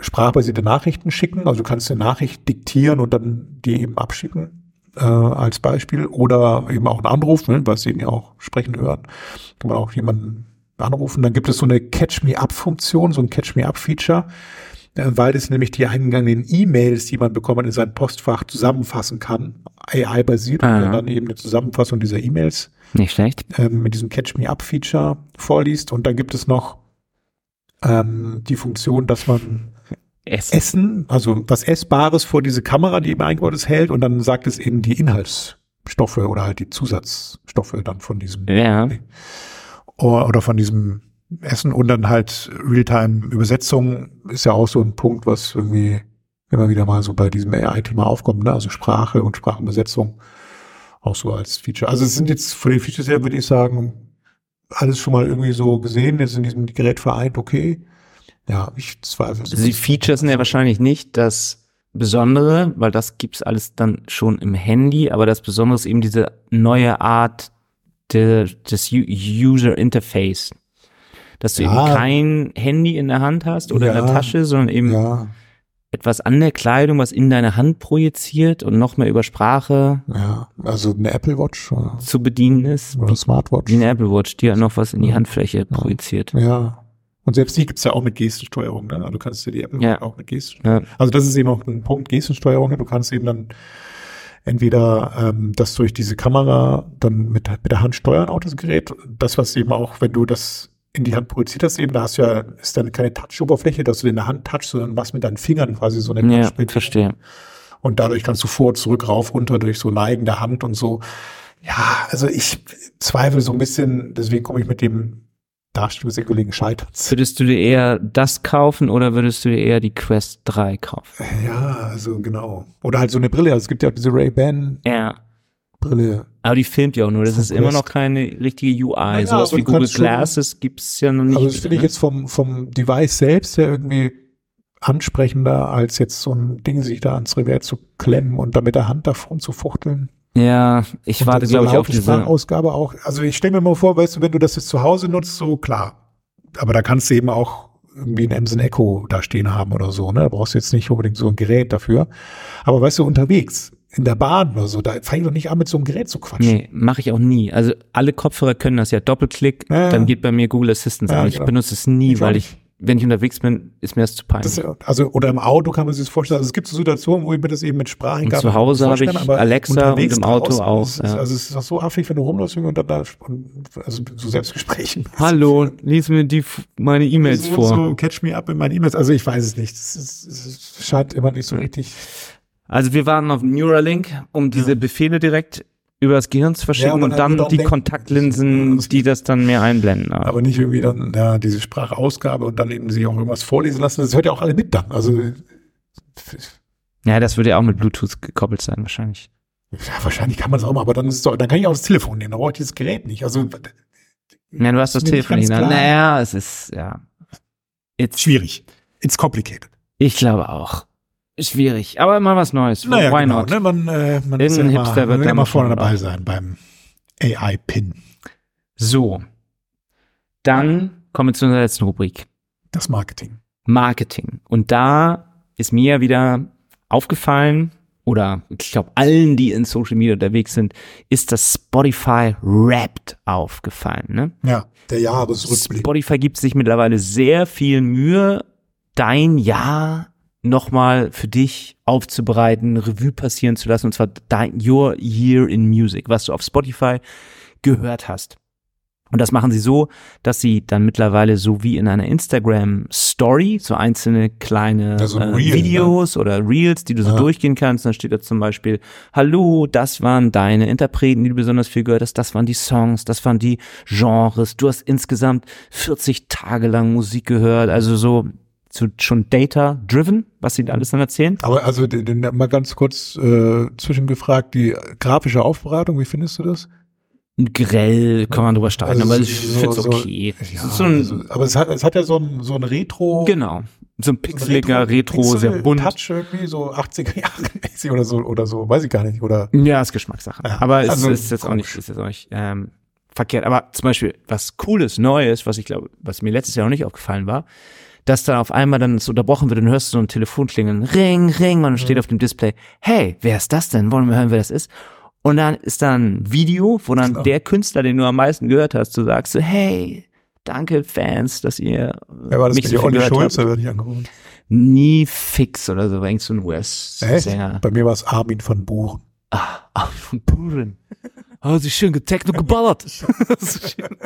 sprachbasierte Nachrichten schicken. Also du kannst eine Nachricht diktieren und dann die eben abschicken äh, als Beispiel. Oder eben auch einen Anruf, ne, was sie eben ja auch sprechen hören. Kann man auch jemanden anrufen. Dann gibt es so eine Catch-me-up-Funktion, so ein Catch-me-up-Feature, äh, weil es nämlich die eingegangenen E-Mails, die man bekommen hat, in sein Postfach zusammenfassen kann. AI-basiert und
Ah.
dann dann eben eine Zusammenfassung dieser E-Mails
Nicht schlecht.
ähm, mit diesem Catch-Me-Up-Feature vorliest. Und dann gibt es noch ähm, die Funktion, dass man
Es.
Essen, also was Essbares vor diese Kamera, die eben eingebaut ist, hält und dann sagt es eben die Inhaltsstoffe oder halt die Zusatzstoffe dann von diesem
Ja.
Or- oder von diesem Essen und dann halt Realtime-Übersetzung ist ja auch so ein Punkt, was irgendwie immer wieder mal so bei diesem AI-Thema aufkommt, ne? also Sprache und Sprachübersetzung auch so als Feature. Also es sind jetzt von den Features her, würde ich sagen, alles schon mal irgendwie so gesehen, jetzt in diesem Gerät vereint, okay. Ja, ich zweifle.
Also die Features sind ja wahrscheinlich nicht das Besondere, weil das gibt's alles dann schon im Handy, aber das Besondere ist eben diese neue Art de, des U- User Interface. Dass du
Ja.
eben kein Handy in der Hand hast oder in
Ja.
der Tasche, sondern eben
Ja,
etwas an der Kleidung, was in deine Hand projiziert und noch mehr über Sprache
ja. Also eine Apple Watch oder,
zu bedienen ist.
oder eine Smartwatch.
Wie eine Apple Watch, die ja noch was in die Handfläche projiziert.
Ja. Und selbst die gibt's ja auch mit Gestensteuerung. Ne? Also du kannst dir die Apple
Ja.
auch mit Gesten.
Ja.
Also das ist eben auch ein Punkt Gestensteuerung. ne? Du kannst eben dann entweder ähm, das durch diese Kamera dann mit, mit der Hand steuern, auch das Gerät. Das, was eben auch, wenn du das in die Hand projiziert hast, eben, da hast du ja, ist dann keine Touch-Oberfläche, dass du in der Hand touchst, sondern was mit deinen Fingern quasi so eine
Ja,
Touchbildfläche.
verstehe.
Und dadurch kannst du vor, zurück, rauf, runter durch so Neigen der Hand und so. Ja, also ich zweifle so ein bisschen, deswegen komme ich mit dem Darstellungssäkuligen Scheiterns.
Würdest du dir eher das kaufen oder würdest du dir eher die Quest 3 kaufen?
Ja, also genau. Oder halt so eine Brille. Also es gibt ja auch diese Ray-Ban-Brille.
Ja. Aber die filmt ja auch nur. Das ist
Von
immer
Quest.
noch keine richtige UI.
Naja,
Sowas
aber
wie
du
Google
kannst schon-
Glasses gibt's ja noch nicht.
Also das finde ich
ne?
jetzt vom, vom Device selbst her irgendwie ansprechender, als jetzt so ein Ding sich da ans Revers zu klemmen und da mit der Hand davon zu fuchteln.
Ja, ich
Und
warte,
dann so
glaube ich,
eine
auf diese.
Sprachausgabe auch. Also ich stelle mir mal vor, weißt du, wenn du das jetzt zu Hause nutzt, so klar. Aber da kannst du eben auch irgendwie ein Emson Echo da stehen haben oder so. Ne? Da brauchst du jetzt nicht unbedingt so ein Gerät dafür. Aber weißt du, unterwegs, in der Bahn oder so, da fang ich doch nicht an, mit so einem Gerät zu quatschen.
Nee, mache ich auch nie. Also alle Kopfhörer können das ja. Doppelklick,
Ja, ja.
dann geht bei mir Google Assistant
Ja,
an. Ich
genau.
benutze es nie,
Ich auch
weil ich, wenn ich unterwegs bin, ist mir das zu peinlich.
Das, also, oder im Auto kann man sich das vorstellen. Also es gibt so Situationen, wo ich mir das eben mit Sprachhingabe
Und zu Hause
vorstellen
habe ich
kann, aber
Alexa und
unterwegs
im Auto
draußen,
auch,
das Ist,
ja.
Also es ist doch so affig, wenn du rumläufst und dann da und, also so
<laughs>
Selbstgesprächen.
Hallo, lies mir die, f- meine E-Mails
so,
vor.
So, catch me up in meinen E-Mails. Also ich weiß es nicht. Es, ist- es, ist- scheint immer nicht so richtig.
Also wir warten auf Neuralink, um diese Befehle direkt über das Gehirn zu verschicken
Ja, und
und
dann
dann,
halt
die
denken.
Kontaktlinsen, die das dann mehr einblenden.
Aber nicht irgendwie dann ja, diese Sprachausgabe und dann eben sich auch irgendwas vorlesen lassen. Das hört ja auch alle mit dann. Also ja,
Ja, das würde ja auch mit Bluetooth gekoppelt sein wahrscheinlich.
wahrscheinlich kann man es auch mal, aber dann ist es doch, dann kann ich auch das Telefon nehmen. Da brauche ich dieses Gerät nicht. Also
Nein, du hast das
Ist mir nicht
Telefon nicht.
ganz
Ne?
klar.
Naja, es ist, ja. It's,
schwierig. It's complicated.
ich glaube auch. Ist Schwierig, aber immer was Neues. Why
genau,
not?
Ne? Man, äh, man ist ja
Irgendein
immer,
Hipster wird
man will
da
immer
mit
vorne
schon
dabei
drauf.
sein beim AI-Pin.
So. Dann kommen wir zu unserer letzten Rubrik.
Das Marketing.
Marketing. Und da ist mir wieder aufgefallen, oder ich glaube allen, die in Social Media unterwegs sind, ist das Spotify Wrapped aufgefallen. Ne?
Ja, der Jahresrückblick.
Spotify gibt sich mittlerweile sehr viel Mühe, dein Jahr nochmal für dich aufzubereiten, Revue passieren zu lassen, und zwar dein Your Year in Music, was du auf Spotify gehört hast. Und das machen sie so, dass sie dann mittlerweile so wie in einer Instagram Story so einzelne kleine
Ja, so ein
äh,
Reel, ne?
Videos oder Reels, die du so
Ja.
durchgehen kannst. Und dann steht da zum Beispiel, hallo, das waren deine Interpreten, die du besonders viel gehört hast. Das waren die Songs, das waren die Genres. Du hast insgesamt 40 Tage lang Musik gehört. Also so zu, schon data driven, was sie da alles dann erzählen.
Aber also den, den, mal ganz kurz äh, zwischengefragt, die grafische Aufbereitung, wie findest du das?
Grell kann man drüber streiten,
Also
aber
so-
ich finde es
so-
okay. Es
Ja,
ist so ein,
also, aber es hat, es hat ja so ein, so ein Retro.
Genau. So ein
so ein
pixeliger Retro,
Pixel-
sehr bunt.
Touch irgendwie, so 80er Jahre mäßig oder so, oder so, weiß ich gar nicht. Oder
Ja, ist Geschmackssache.
Ja,
Aber es
also
ist jetzt auch nicht,
komisch.
ist jetzt auch nicht ähm, verkehrt. Aber zum Beispiel was Cooles, Neues, was ich glaube, was mir letztes Jahr noch nicht aufgefallen war, dass dann auf einmal dann es unterbrochen wird und hörst du so ein Telefon klingeln, Ring, Ring,
Mhm.
und dann steht auf dem Display, hey, wer ist das denn? Wollen wir hören, wer das ist? Und dann ist dann ein Video, wo dann
Genau.
der Künstler, den du am meisten gehört hast, du sagst so, hey, danke Fans, dass ihr
wer war das
mich
mit
so
der
viel
Olli
gehört
Schulz,
habt.
da werde ich angerufen.
Nie fix oder so, irgend so ein
Echt?
US-Sänger.
Bei mir war es Armin von Buren.
Ah, ah, <laughs> von Buren. Haben sie schön getaggt und geballert. So schön.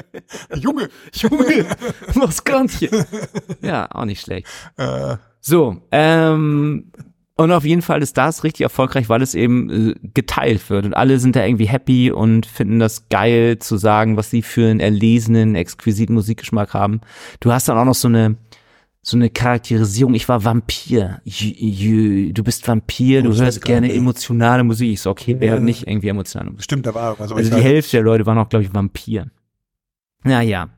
Junge, Junge.
<laughs> Was ganz hier. Ja, auch nicht schlecht.
äh,
So, ähm, und auf jeden Fall ist das richtig erfolgreich, weil es eben äh, geteilt wird und alle sind da irgendwie happy und finden das geil zu sagen, was sie für einen erlesenen, exquisiten Musikgeschmack haben. Du hast dann auch noch so eine so eine Charakterisierung, ich war Vampir. Jü, jü, du bist Vampir,
Oh,
du
das
hörst
weiß ich gar
gerne
nicht.
emotionale Musik. Ich so, okay, wer hört
Ja.
nicht irgendwie emotionale Musik?
Stimmt, da war irgendwas. aber
Also
ich
die
weiß-
Hälfte der Leute waren auch, glaube ich, Vampir. Naja.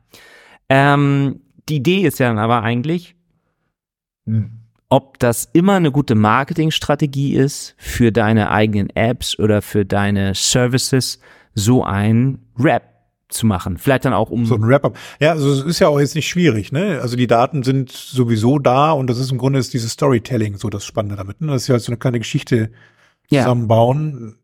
Ähm, die Idee ist ja dann aber eigentlich, ob das immer eine gute Marketingstrategie ist, für deine eigenen Apps oder für deine Services so ein Rap zu machen. Vielleicht dann auch um
So ein Wrap-up. Ja, also es ist ja auch jetzt nicht schwierig, ne? Also die Daten sind sowieso da und das ist im Grunde ist dieses Storytelling so das Spannende damit, ne? Dass sie halt so eine kleine Geschichte
ja,
zusammenbauen.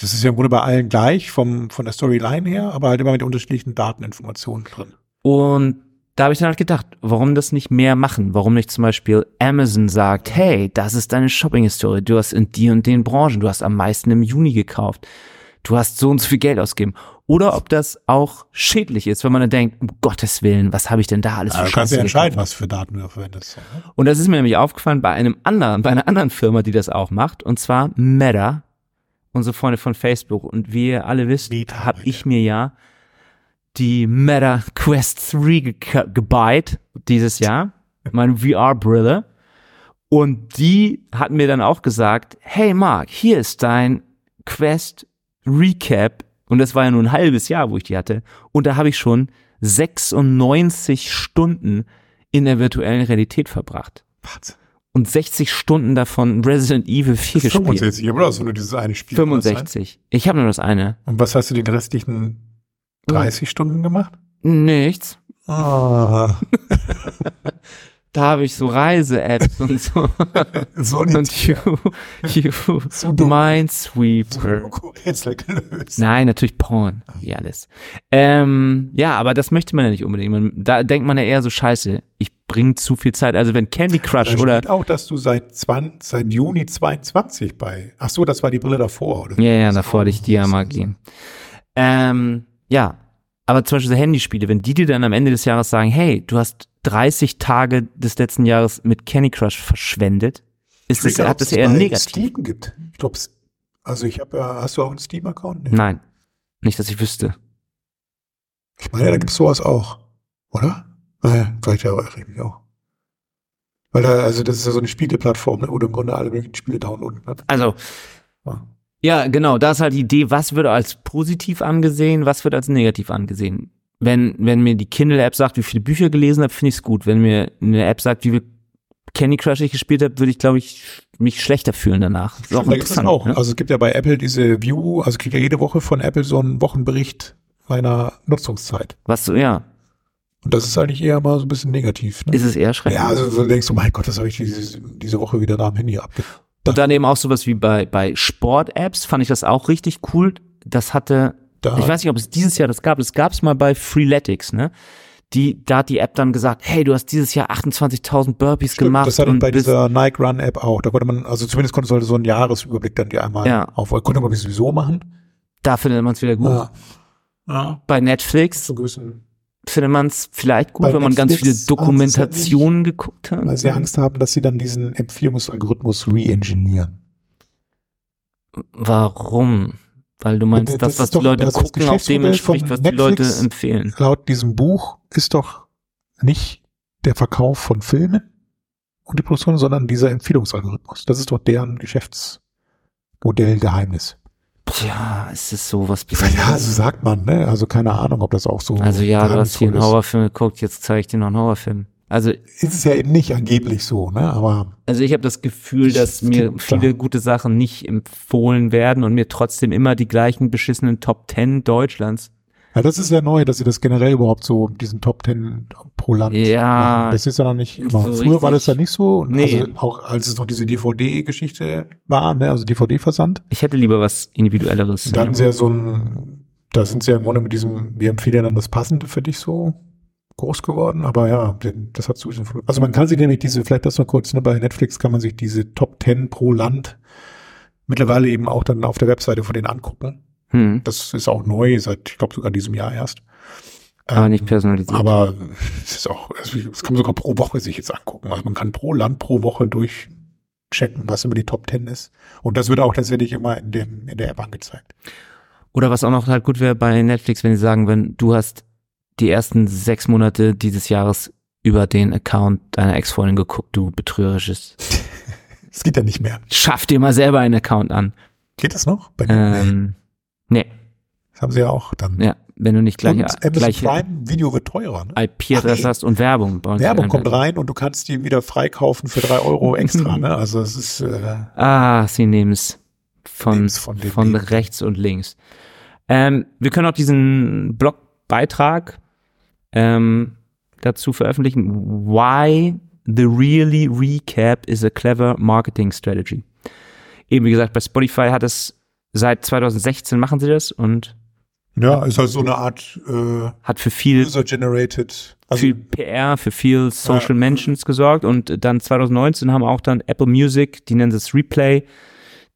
Das ist ja im Grunde bei allen gleich, vom, von der Storyline her, aber halt immer mit unterschiedlichen Dateninformationen drin.
Und da habe ich dann halt gedacht, warum das nicht mehr machen? Warum nicht zum Beispiel Amazon sagt, hey, das ist deine Shopping-Historie, du hast in die und den Branchen, du hast am meisten im Juni gekauft, du hast so und so viel Geld ausgegeben. Oder ob das auch schädlich ist, wenn man dann denkt, um Gottes Willen, was habe ich denn da alles
Also
für
du kannst
Scheiße
ja
gekauft?
entscheiden, was für Daten du da verwendest. Ne?
Und das ist mir nämlich aufgefallen bei einem anderen, bei einer anderen Firma, die das auch macht, und zwar Meta, unsere Freunde von Facebook. Und wie ihr alle wisst,
Meta,
habe
ja.
ich mir ja die Meta Quest 3 ge gebuyt dieses Jahr, meine VR-Brille. Und die hat mir dann auch gesagt, hey Marc, hier ist dein Quest Recap. Und das war ja nur ein halbes Jahr, wo ich die hatte. Und da habe ich schon 96 Stunden in der virtuellen Realität verbracht.
Was?
und 60 Stunden davon Resident Evil 4
Das ist
gespielt.
65, aber das ist nur dieses eine Spiel. kann das sein?
65. Ich habe nur das eine.
Und was hast du den restlichen 30 Stunden gemacht?
Nichts.
Ah,
Da habe ich so Reise-Apps und
<laughs>
so.
so
und
nicht.
you, you,
So dumm.
Minesweeper.
Rätsel gelöst.
Nein, natürlich Porn,
Ah.
wie alles. Ähm, ja, aber das möchte man ja nicht unbedingt. Man, da denkt man ja eher so, scheiße, ich bringe zu viel Zeit. Also wenn Candy
Da
Crush
steht
oder...
auch, dass du seit, 20, seit Juni 22 bei. Ach so, das war die Brille davor, oder?
Ja, ja, davor hatte ich die ja mal gehen. Ähm, ja, aber zum Beispiel so Handyspiele, wenn die dir dann am Ende des Jahres sagen, hey, du hast 30 Tage des letzten Jahres mit Candy Crush verschwendet, ist das,
Trigger,
hat das
ob's
eher
bei
negativ.
Steam gibt. Ich glaube, also ich habe, hast du auch einen Steam-Account? Nee.
Nein, nicht, dass ich wüsste.
Ich meine, Ah da gibt's sowas auch, oder? Naja, vielleicht ja auch ich mich auch. Weil da, also das ist ja so eine Spieleplattform, ne, wo du im Grunde alle möglichen Spiele downloaden kannst.
Also,
Ja.
ja, genau, da ist halt die Idee, was wird als positiv angesehen, was wird als negativ angesehen. Wenn, wenn mir die Kindle-App sagt, wie viele Bücher gelesen habe, finde ich es gut. Wenn mir eine App sagt, wie viel Candy Crush ich gespielt habe, würde ich, glaube ich, mich schlechter fühlen danach. Ist auch
Da gibt's das
interessant.
auch.
Ne?
Also es gibt ja bei Apple diese View, also kriegt ja jede Woche von Apple so einen Wochenbericht seiner Nutzungszeit.
Was, ja,
Und das ist eigentlich eher mal so ein bisschen negativ. Ne?
ist es eher schrecklich.
ja, also so denkst du, mein Gott, das habe ich diese, diese Woche wieder da am Handy abge.
Und dann eben auch sowas wie bei, bei Sport-Apps fand ich das auch richtig cool. Das hatte,
Da
ich weiß nicht, ob es dieses Jahr das gab, das gab es mal bei Freeletics, ne? Die, da hat die App dann gesagt, hey, du hast dieses Jahr 28.000 Burpees
Stimmt,
gemacht.
Das hatte ich
und
bei
bist-
dieser Nike Run App auch. Da konnte man, also zumindest konnte sollte so einen Jahresüberblick dann dir einmal
Ja.
auf, konnte man sowieso machen.
da findet man es wieder gut.
Ja. ja.
Bei Netflix
Zu gewissen,
findet man es vielleicht gut,
Bei
wenn man ganz
Netflix
viele Dokumentationen geguckt hat.
weil sie Angst haben, dass sie dann diesen Empfehlungsalgorithmus re-engineeren.
Warum? Weil du
Das
meinst, das,
ist
was
doch-
die Leute
das ist
gucken, auf dem
Geschäftsmodell
entspricht,
von
was die
Netflix.
Leute empfehlen.
Laut diesem Buch ist doch nicht der Verkauf von Filmen und die Produktion, sondern dieser Empfehlungsalgorithmus. Das ist doch deren Geschäftsmodellgeheimnis.
Tja, es ist sowas
Ja,
Besonderes.
so sagt man, ne? Also keine Ahnung, ob das auch so
Also ja, du hast hier einen
geheimnisvoll ist.
Horrorfilm geguckt, jetzt zeige ich dir noch einen Horrorfilm. Also,
Ist es ja eben nicht angeblich so, ne? Aber
also ich habe das Gefühl, dass
Das
mir
klingt
viele
klar.
gute Sachen nicht empfohlen werden und mir trotzdem immer die gleichen beschissenen Top Ten Deutschlands.
Ja, das ist ja neu, dass sie das generell überhaupt so mit diesen Top Ten pro Land
Ja,
machen. Das ist ja noch nicht immer.
so
Früher war das
richtig.
ja nicht so. Und
Nee.
Also auch als es noch diese DVD-Geschichte war, ne, also DVD-Versand,
ich hätte lieber was Individuelleres.
da hatten sie ja so ein, da sind sie ja im Grunde mit diesem, wir empfehlen dann das Passende für dich so groß geworden, aber ja, den- das hat zu Also man kann sich nämlich diese, vielleicht das noch kurz, ne, bei Netflix kann man sich diese Top Ten pro Land mittlerweile eben auch dann auf der Webseite von denen angucken.
Hm,
Das ist auch neu, seit, ich glaube, sogar diesem Jahr erst.
aber
Ähm,
nicht personalisiert.
aber es ist auch, also es kann man sogar pro Woche sich jetzt angucken. Also man kann pro Land pro Woche durchchecken, was immer die Top Ten ist. Und das wird auch tatsächlich immer in, dem, in der App angezeigt.
Oder was auch noch halt gut wäre bei Netflix, wenn sie sagen würden, du hast die ersten sechs Monate dieses Jahres über den Account deiner Ex-Freundin geguckt, du betrügerisches.
Es geht ja nicht mehr.
Schaff dir mal selber einen Account an.
Geht das noch? Bei
Ähm, nee.
das haben sie ja auch dann.
Ja, wenn du nicht gleich,
und Amazon
gleiche
Prime Video wird teurer. Ne?
IP-Adresse hast und Werbung. bei uns
Werbung
einhalten.
kommt rein und du kannst die wieder freikaufen für drei Euro extra.
<laughs>
ne? Also es ist äh,
Ah, sie nehmen es von,
Nehmen's von
von,
den Linken.
rechts und links. Ähm, wir können auch diesen Blogbeitrag ähm, dazu veröffentlichen. Why the Really Recap is a clever marketing strategy. Eben wie gesagt, bei Spotify hat es seit 2016 machen sie das und
ja, ist halt so eine Art äh,
hat für viel
User-Generated. also
viel PR, für viel Social
Ja.
Mentions gesorgt und dann 2019 haben auch dann Apple Music, die nennen das Replay,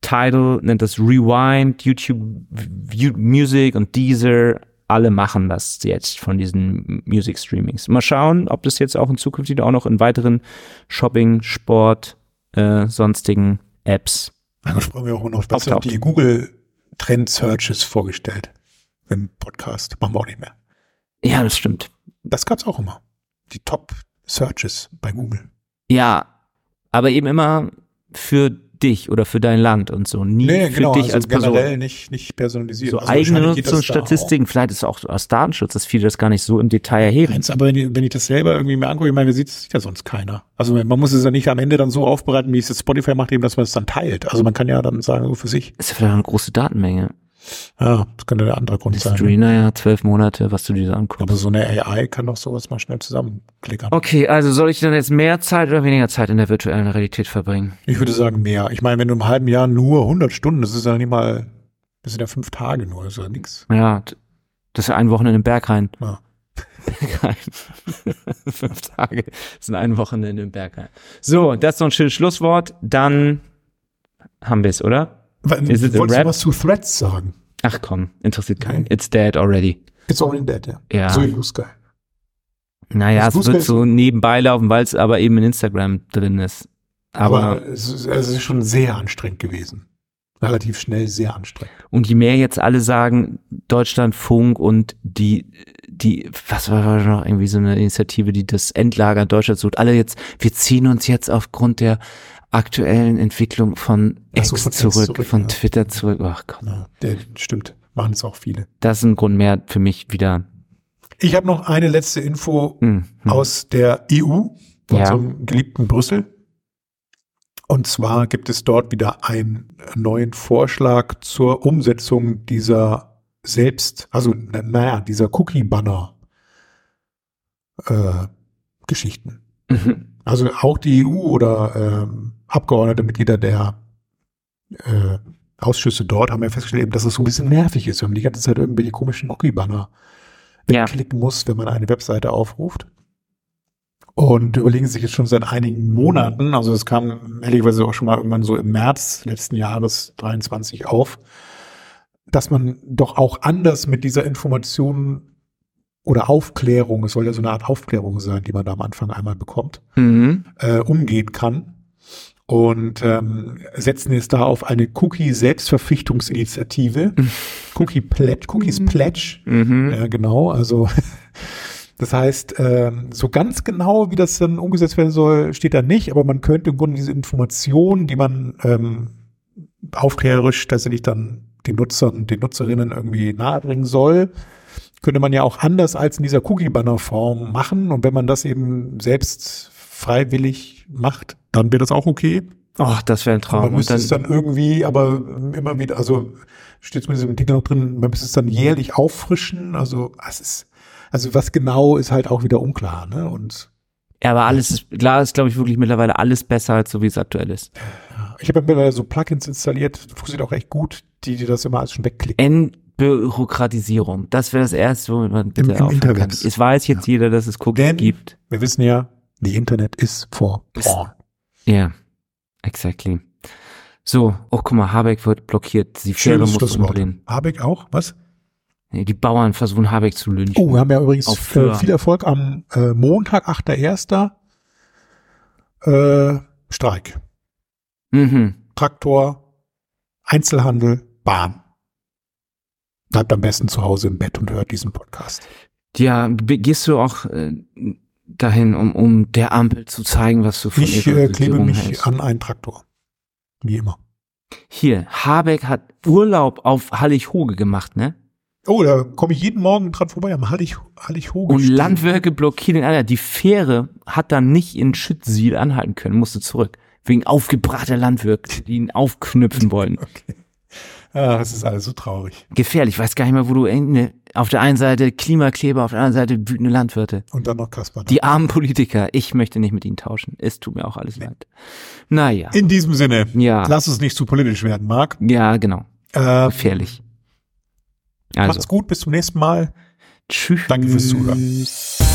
Tidal nennt das Rewind, YouTube View Music und Deezer, alle machen das jetzt von diesen Music Streamings. Mal schauen, ob das jetzt auch in Zukunft wieder auch noch in weiteren Shopping, Sport, äh, sonstigen Apps.
Da sprachen wir auch immer noch das sind
Auftaucht.
die Google Trend Searches vorgestellt im Podcast. Machen wir auch nicht mehr.
Ja, das stimmt.
Das gab's auch immer. Die Top Searches bei Google.
Ja, aber eben immer für dich oder für dein Land und so. Nie
Nee,
für
genau,
dich
also
als Person.
generell nicht, nicht personalisiert.
so
also
eigene
wahrscheinlich geht das da
Nutzungsstatistiken, vielleicht ist es auch aus Datenschutz, dass viele das gar nicht so im Detail
auch.
erheben.
Eins, aber wenn ich, wenn ich das selber irgendwie mir angucke, ich meine, sieht sieht ja sonst keiner. Also man muss es ja nicht am Ende dann so aufbereiten, wie es jetzt Spotify macht, eben, dass man es dann teilt. Also man kann ja dann sagen, so für sich.
Ist ja vielleicht auch eine große Datenmenge.
Ja, das könnte der andere Grund
History,
sein. Genau.
naja, zwölf Monate, was du dir da
Aber
anguckst.
so eine AI kann doch sowas mal schnell zusammenklickern.
Okay, also soll ich dann jetzt mehr Zeit oder weniger Zeit in der virtuellen Realität verbringen?
Ich würde sagen mehr. Ich meine, wenn du im halben Jahr nur 100 Stunden, das ist ja nicht mal, das sind ja fünf Tage nur, das ist ja nix.
Ja, d- das ist ja ein Wochenende im Berg rein.
Ja.
Berghain. <laughs> Fünf Tage sind ein Wochenende im Berghain. So, das ist noch ein schönes Schlusswort. Dann haben wir es, oder? Is it a
Wolltest du
rap?
was zu Threads sagen?
Ach komm, interessiert keinen. It's dead already.
It's all in that, ja.
Ja.
So in Blue Sky.
Naja,
Das
es wird
Fußball-
so nebenbei laufen, weil es aber eben in Instagram drin ist. Aber,
es, ist, es ist schon sehr anstrengend gewesen. Relativ schnell sehr anstrengend.
und je mehr jetzt alle sagen, Deutschlandfunk und die, die, was war war noch irgendwie so eine Initiative, die das Endlager in Deutschland sucht, alle jetzt, wir ziehen uns jetzt aufgrund der aktuellen Entwicklung von
Ach
X
so, von X
zurück,
zurück,
von
ja.
Twitter zurück. Ach Gott.
Ja, der, stimmt. Machen es auch viele.
Das ist ein Grund mehr für mich wieder.
Ich habe noch eine letzte Info
Hm, hm.
aus der EU, von
Ja.
unserem geliebten Brüssel. Und zwar gibt es dort wieder einen neuen Vorschlag zur Umsetzung dieser selbst, also na- naja, dieser Cookie-Banner-Geschichten. Äh, Geschichten.
Mhm.
Also auch die EU oder ähm, Abgeordnete, Mitglieder der äh, Ausschüsse dort haben ja festgestellt, eben, dass es so ein bisschen nervig ist, wenn man die ganze Zeit irgendwelche komischen Cookie-Banner
Ja.
wegklicken muss, wenn man eine Webseite aufruft. Und überlegen sich jetzt schon seit einigen Monaten, also es kam ehrlicherweise auch schon mal irgendwann so im März letzten Jahres 23 auf, dass man doch auch anders mit dieser Information oder Aufklärung, es soll ja so eine Art Aufklärung sein, die man da am Anfang einmal bekommt,
<laughs> Mhm.
äh, umgehen kann. Und ähm, setzen jetzt da auf eine Cookie-Selbstverpflichtungsinitiative. Cookie Pledge, Cookies Pledge.
Mhm.
Ja, genau. Also <laughs> das heißt, ähm, so ganz genau, wie das dann umgesetzt werden soll, steht da nicht, aber man könnte im Grunde diese Informationen, die man ähm, aufklärerisch tatsächlich dann den Nutzern, den Nutzerinnen irgendwie nahebringen soll, könnte man ja auch anders als in dieser Cookie-Banner-Form machen. Und wenn man das eben selbst freiwillig macht, dann wäre das auch okay.
Ach, das wäre ein
Aber
Traum.
Man müsste es dann irgendwie, aber immer wieder, also steht zumindest im Ding noch drin, man müsste es dann jährlich auffrischen. Also es ist, also was genau ist halt auch wieder unklar, ne? Und
ja, aber alles ist, klar ist, glaube ich, wirklich mittlerweile alles besser, als so wie es aktuell ist.
ja, ich habe ja mittlerweile so Plugins installiert, funktioniert auch echt gut, die dir das immer alles schon wegklicken.
Entbürokratisierung. Das wäre das Erste, womit man bitte
im
aufhören
Interwebs.
kann. Es weiß jetzt jeder, dass es Cookies
Denn-
gibt.
Wir wissen ja, die Internet ist for
Ist-
porn.
Ja, exactly. So, oh guck mal, Habeck wird blockiert. Sie selber
Schönes
muss
Schlusswort.
umdrehen.
Habeck auch, was?
Nee, Die Bauern versuchen Habeck zu lynchen.
Oh, wir haben ja übrigens
Auf
äh,
Föhr.
viel Erfolg am äh, Montag, 8.1. Äh, Streik.
mhm.
Traktor, Einzelhandel, Bahn. Bleibt am besten zu Hause im Bett und hört diesen Podcast.
Ja, be- gehst du auch äh, dahin, um, um der Ampel zu zeigen, was du von
Ich
ihrer
äh, klebe
Regierung
mich
hältst?
an einen Traktor. Wie immer.
Hier, Habeck hat Urlaub auf Hallig-Hoge gemacht, ne?
Oh, da komme ich jeden Morgen dran vorbei am Hallig, Hallig-Hoge.
Und
stehen.
Landwirke blockieren den anderen. Die Fähre hat dann nicht in Schüttsiel anhalten können, musste zurück. Wegen aufgebrachter Landwirte, die ihn aufknüpfen wollten.
<laughs> Okay. Ah, das ist alles so traurig.
Gefährlich, weiß gar nicht mehr, wo du ne, auf der einen Seite Klimakleber, auf der anderen Seite wütende Landwirte.
Und dann noch Kaspar.
Die armen Politiker, ich möchte nicht mit ihnen tauschen. Es tut mir auch alles leid. Naja.
In diesem Sinne,
Ja.
lass uns nicht zu politisch werden, Marc.
Ja, genau.
Äh,
Gefährlich. Also,
Macht's gut, bis zum nächsten Mal.
tschüss.
Danke fürs Zuhören.
Zuhören.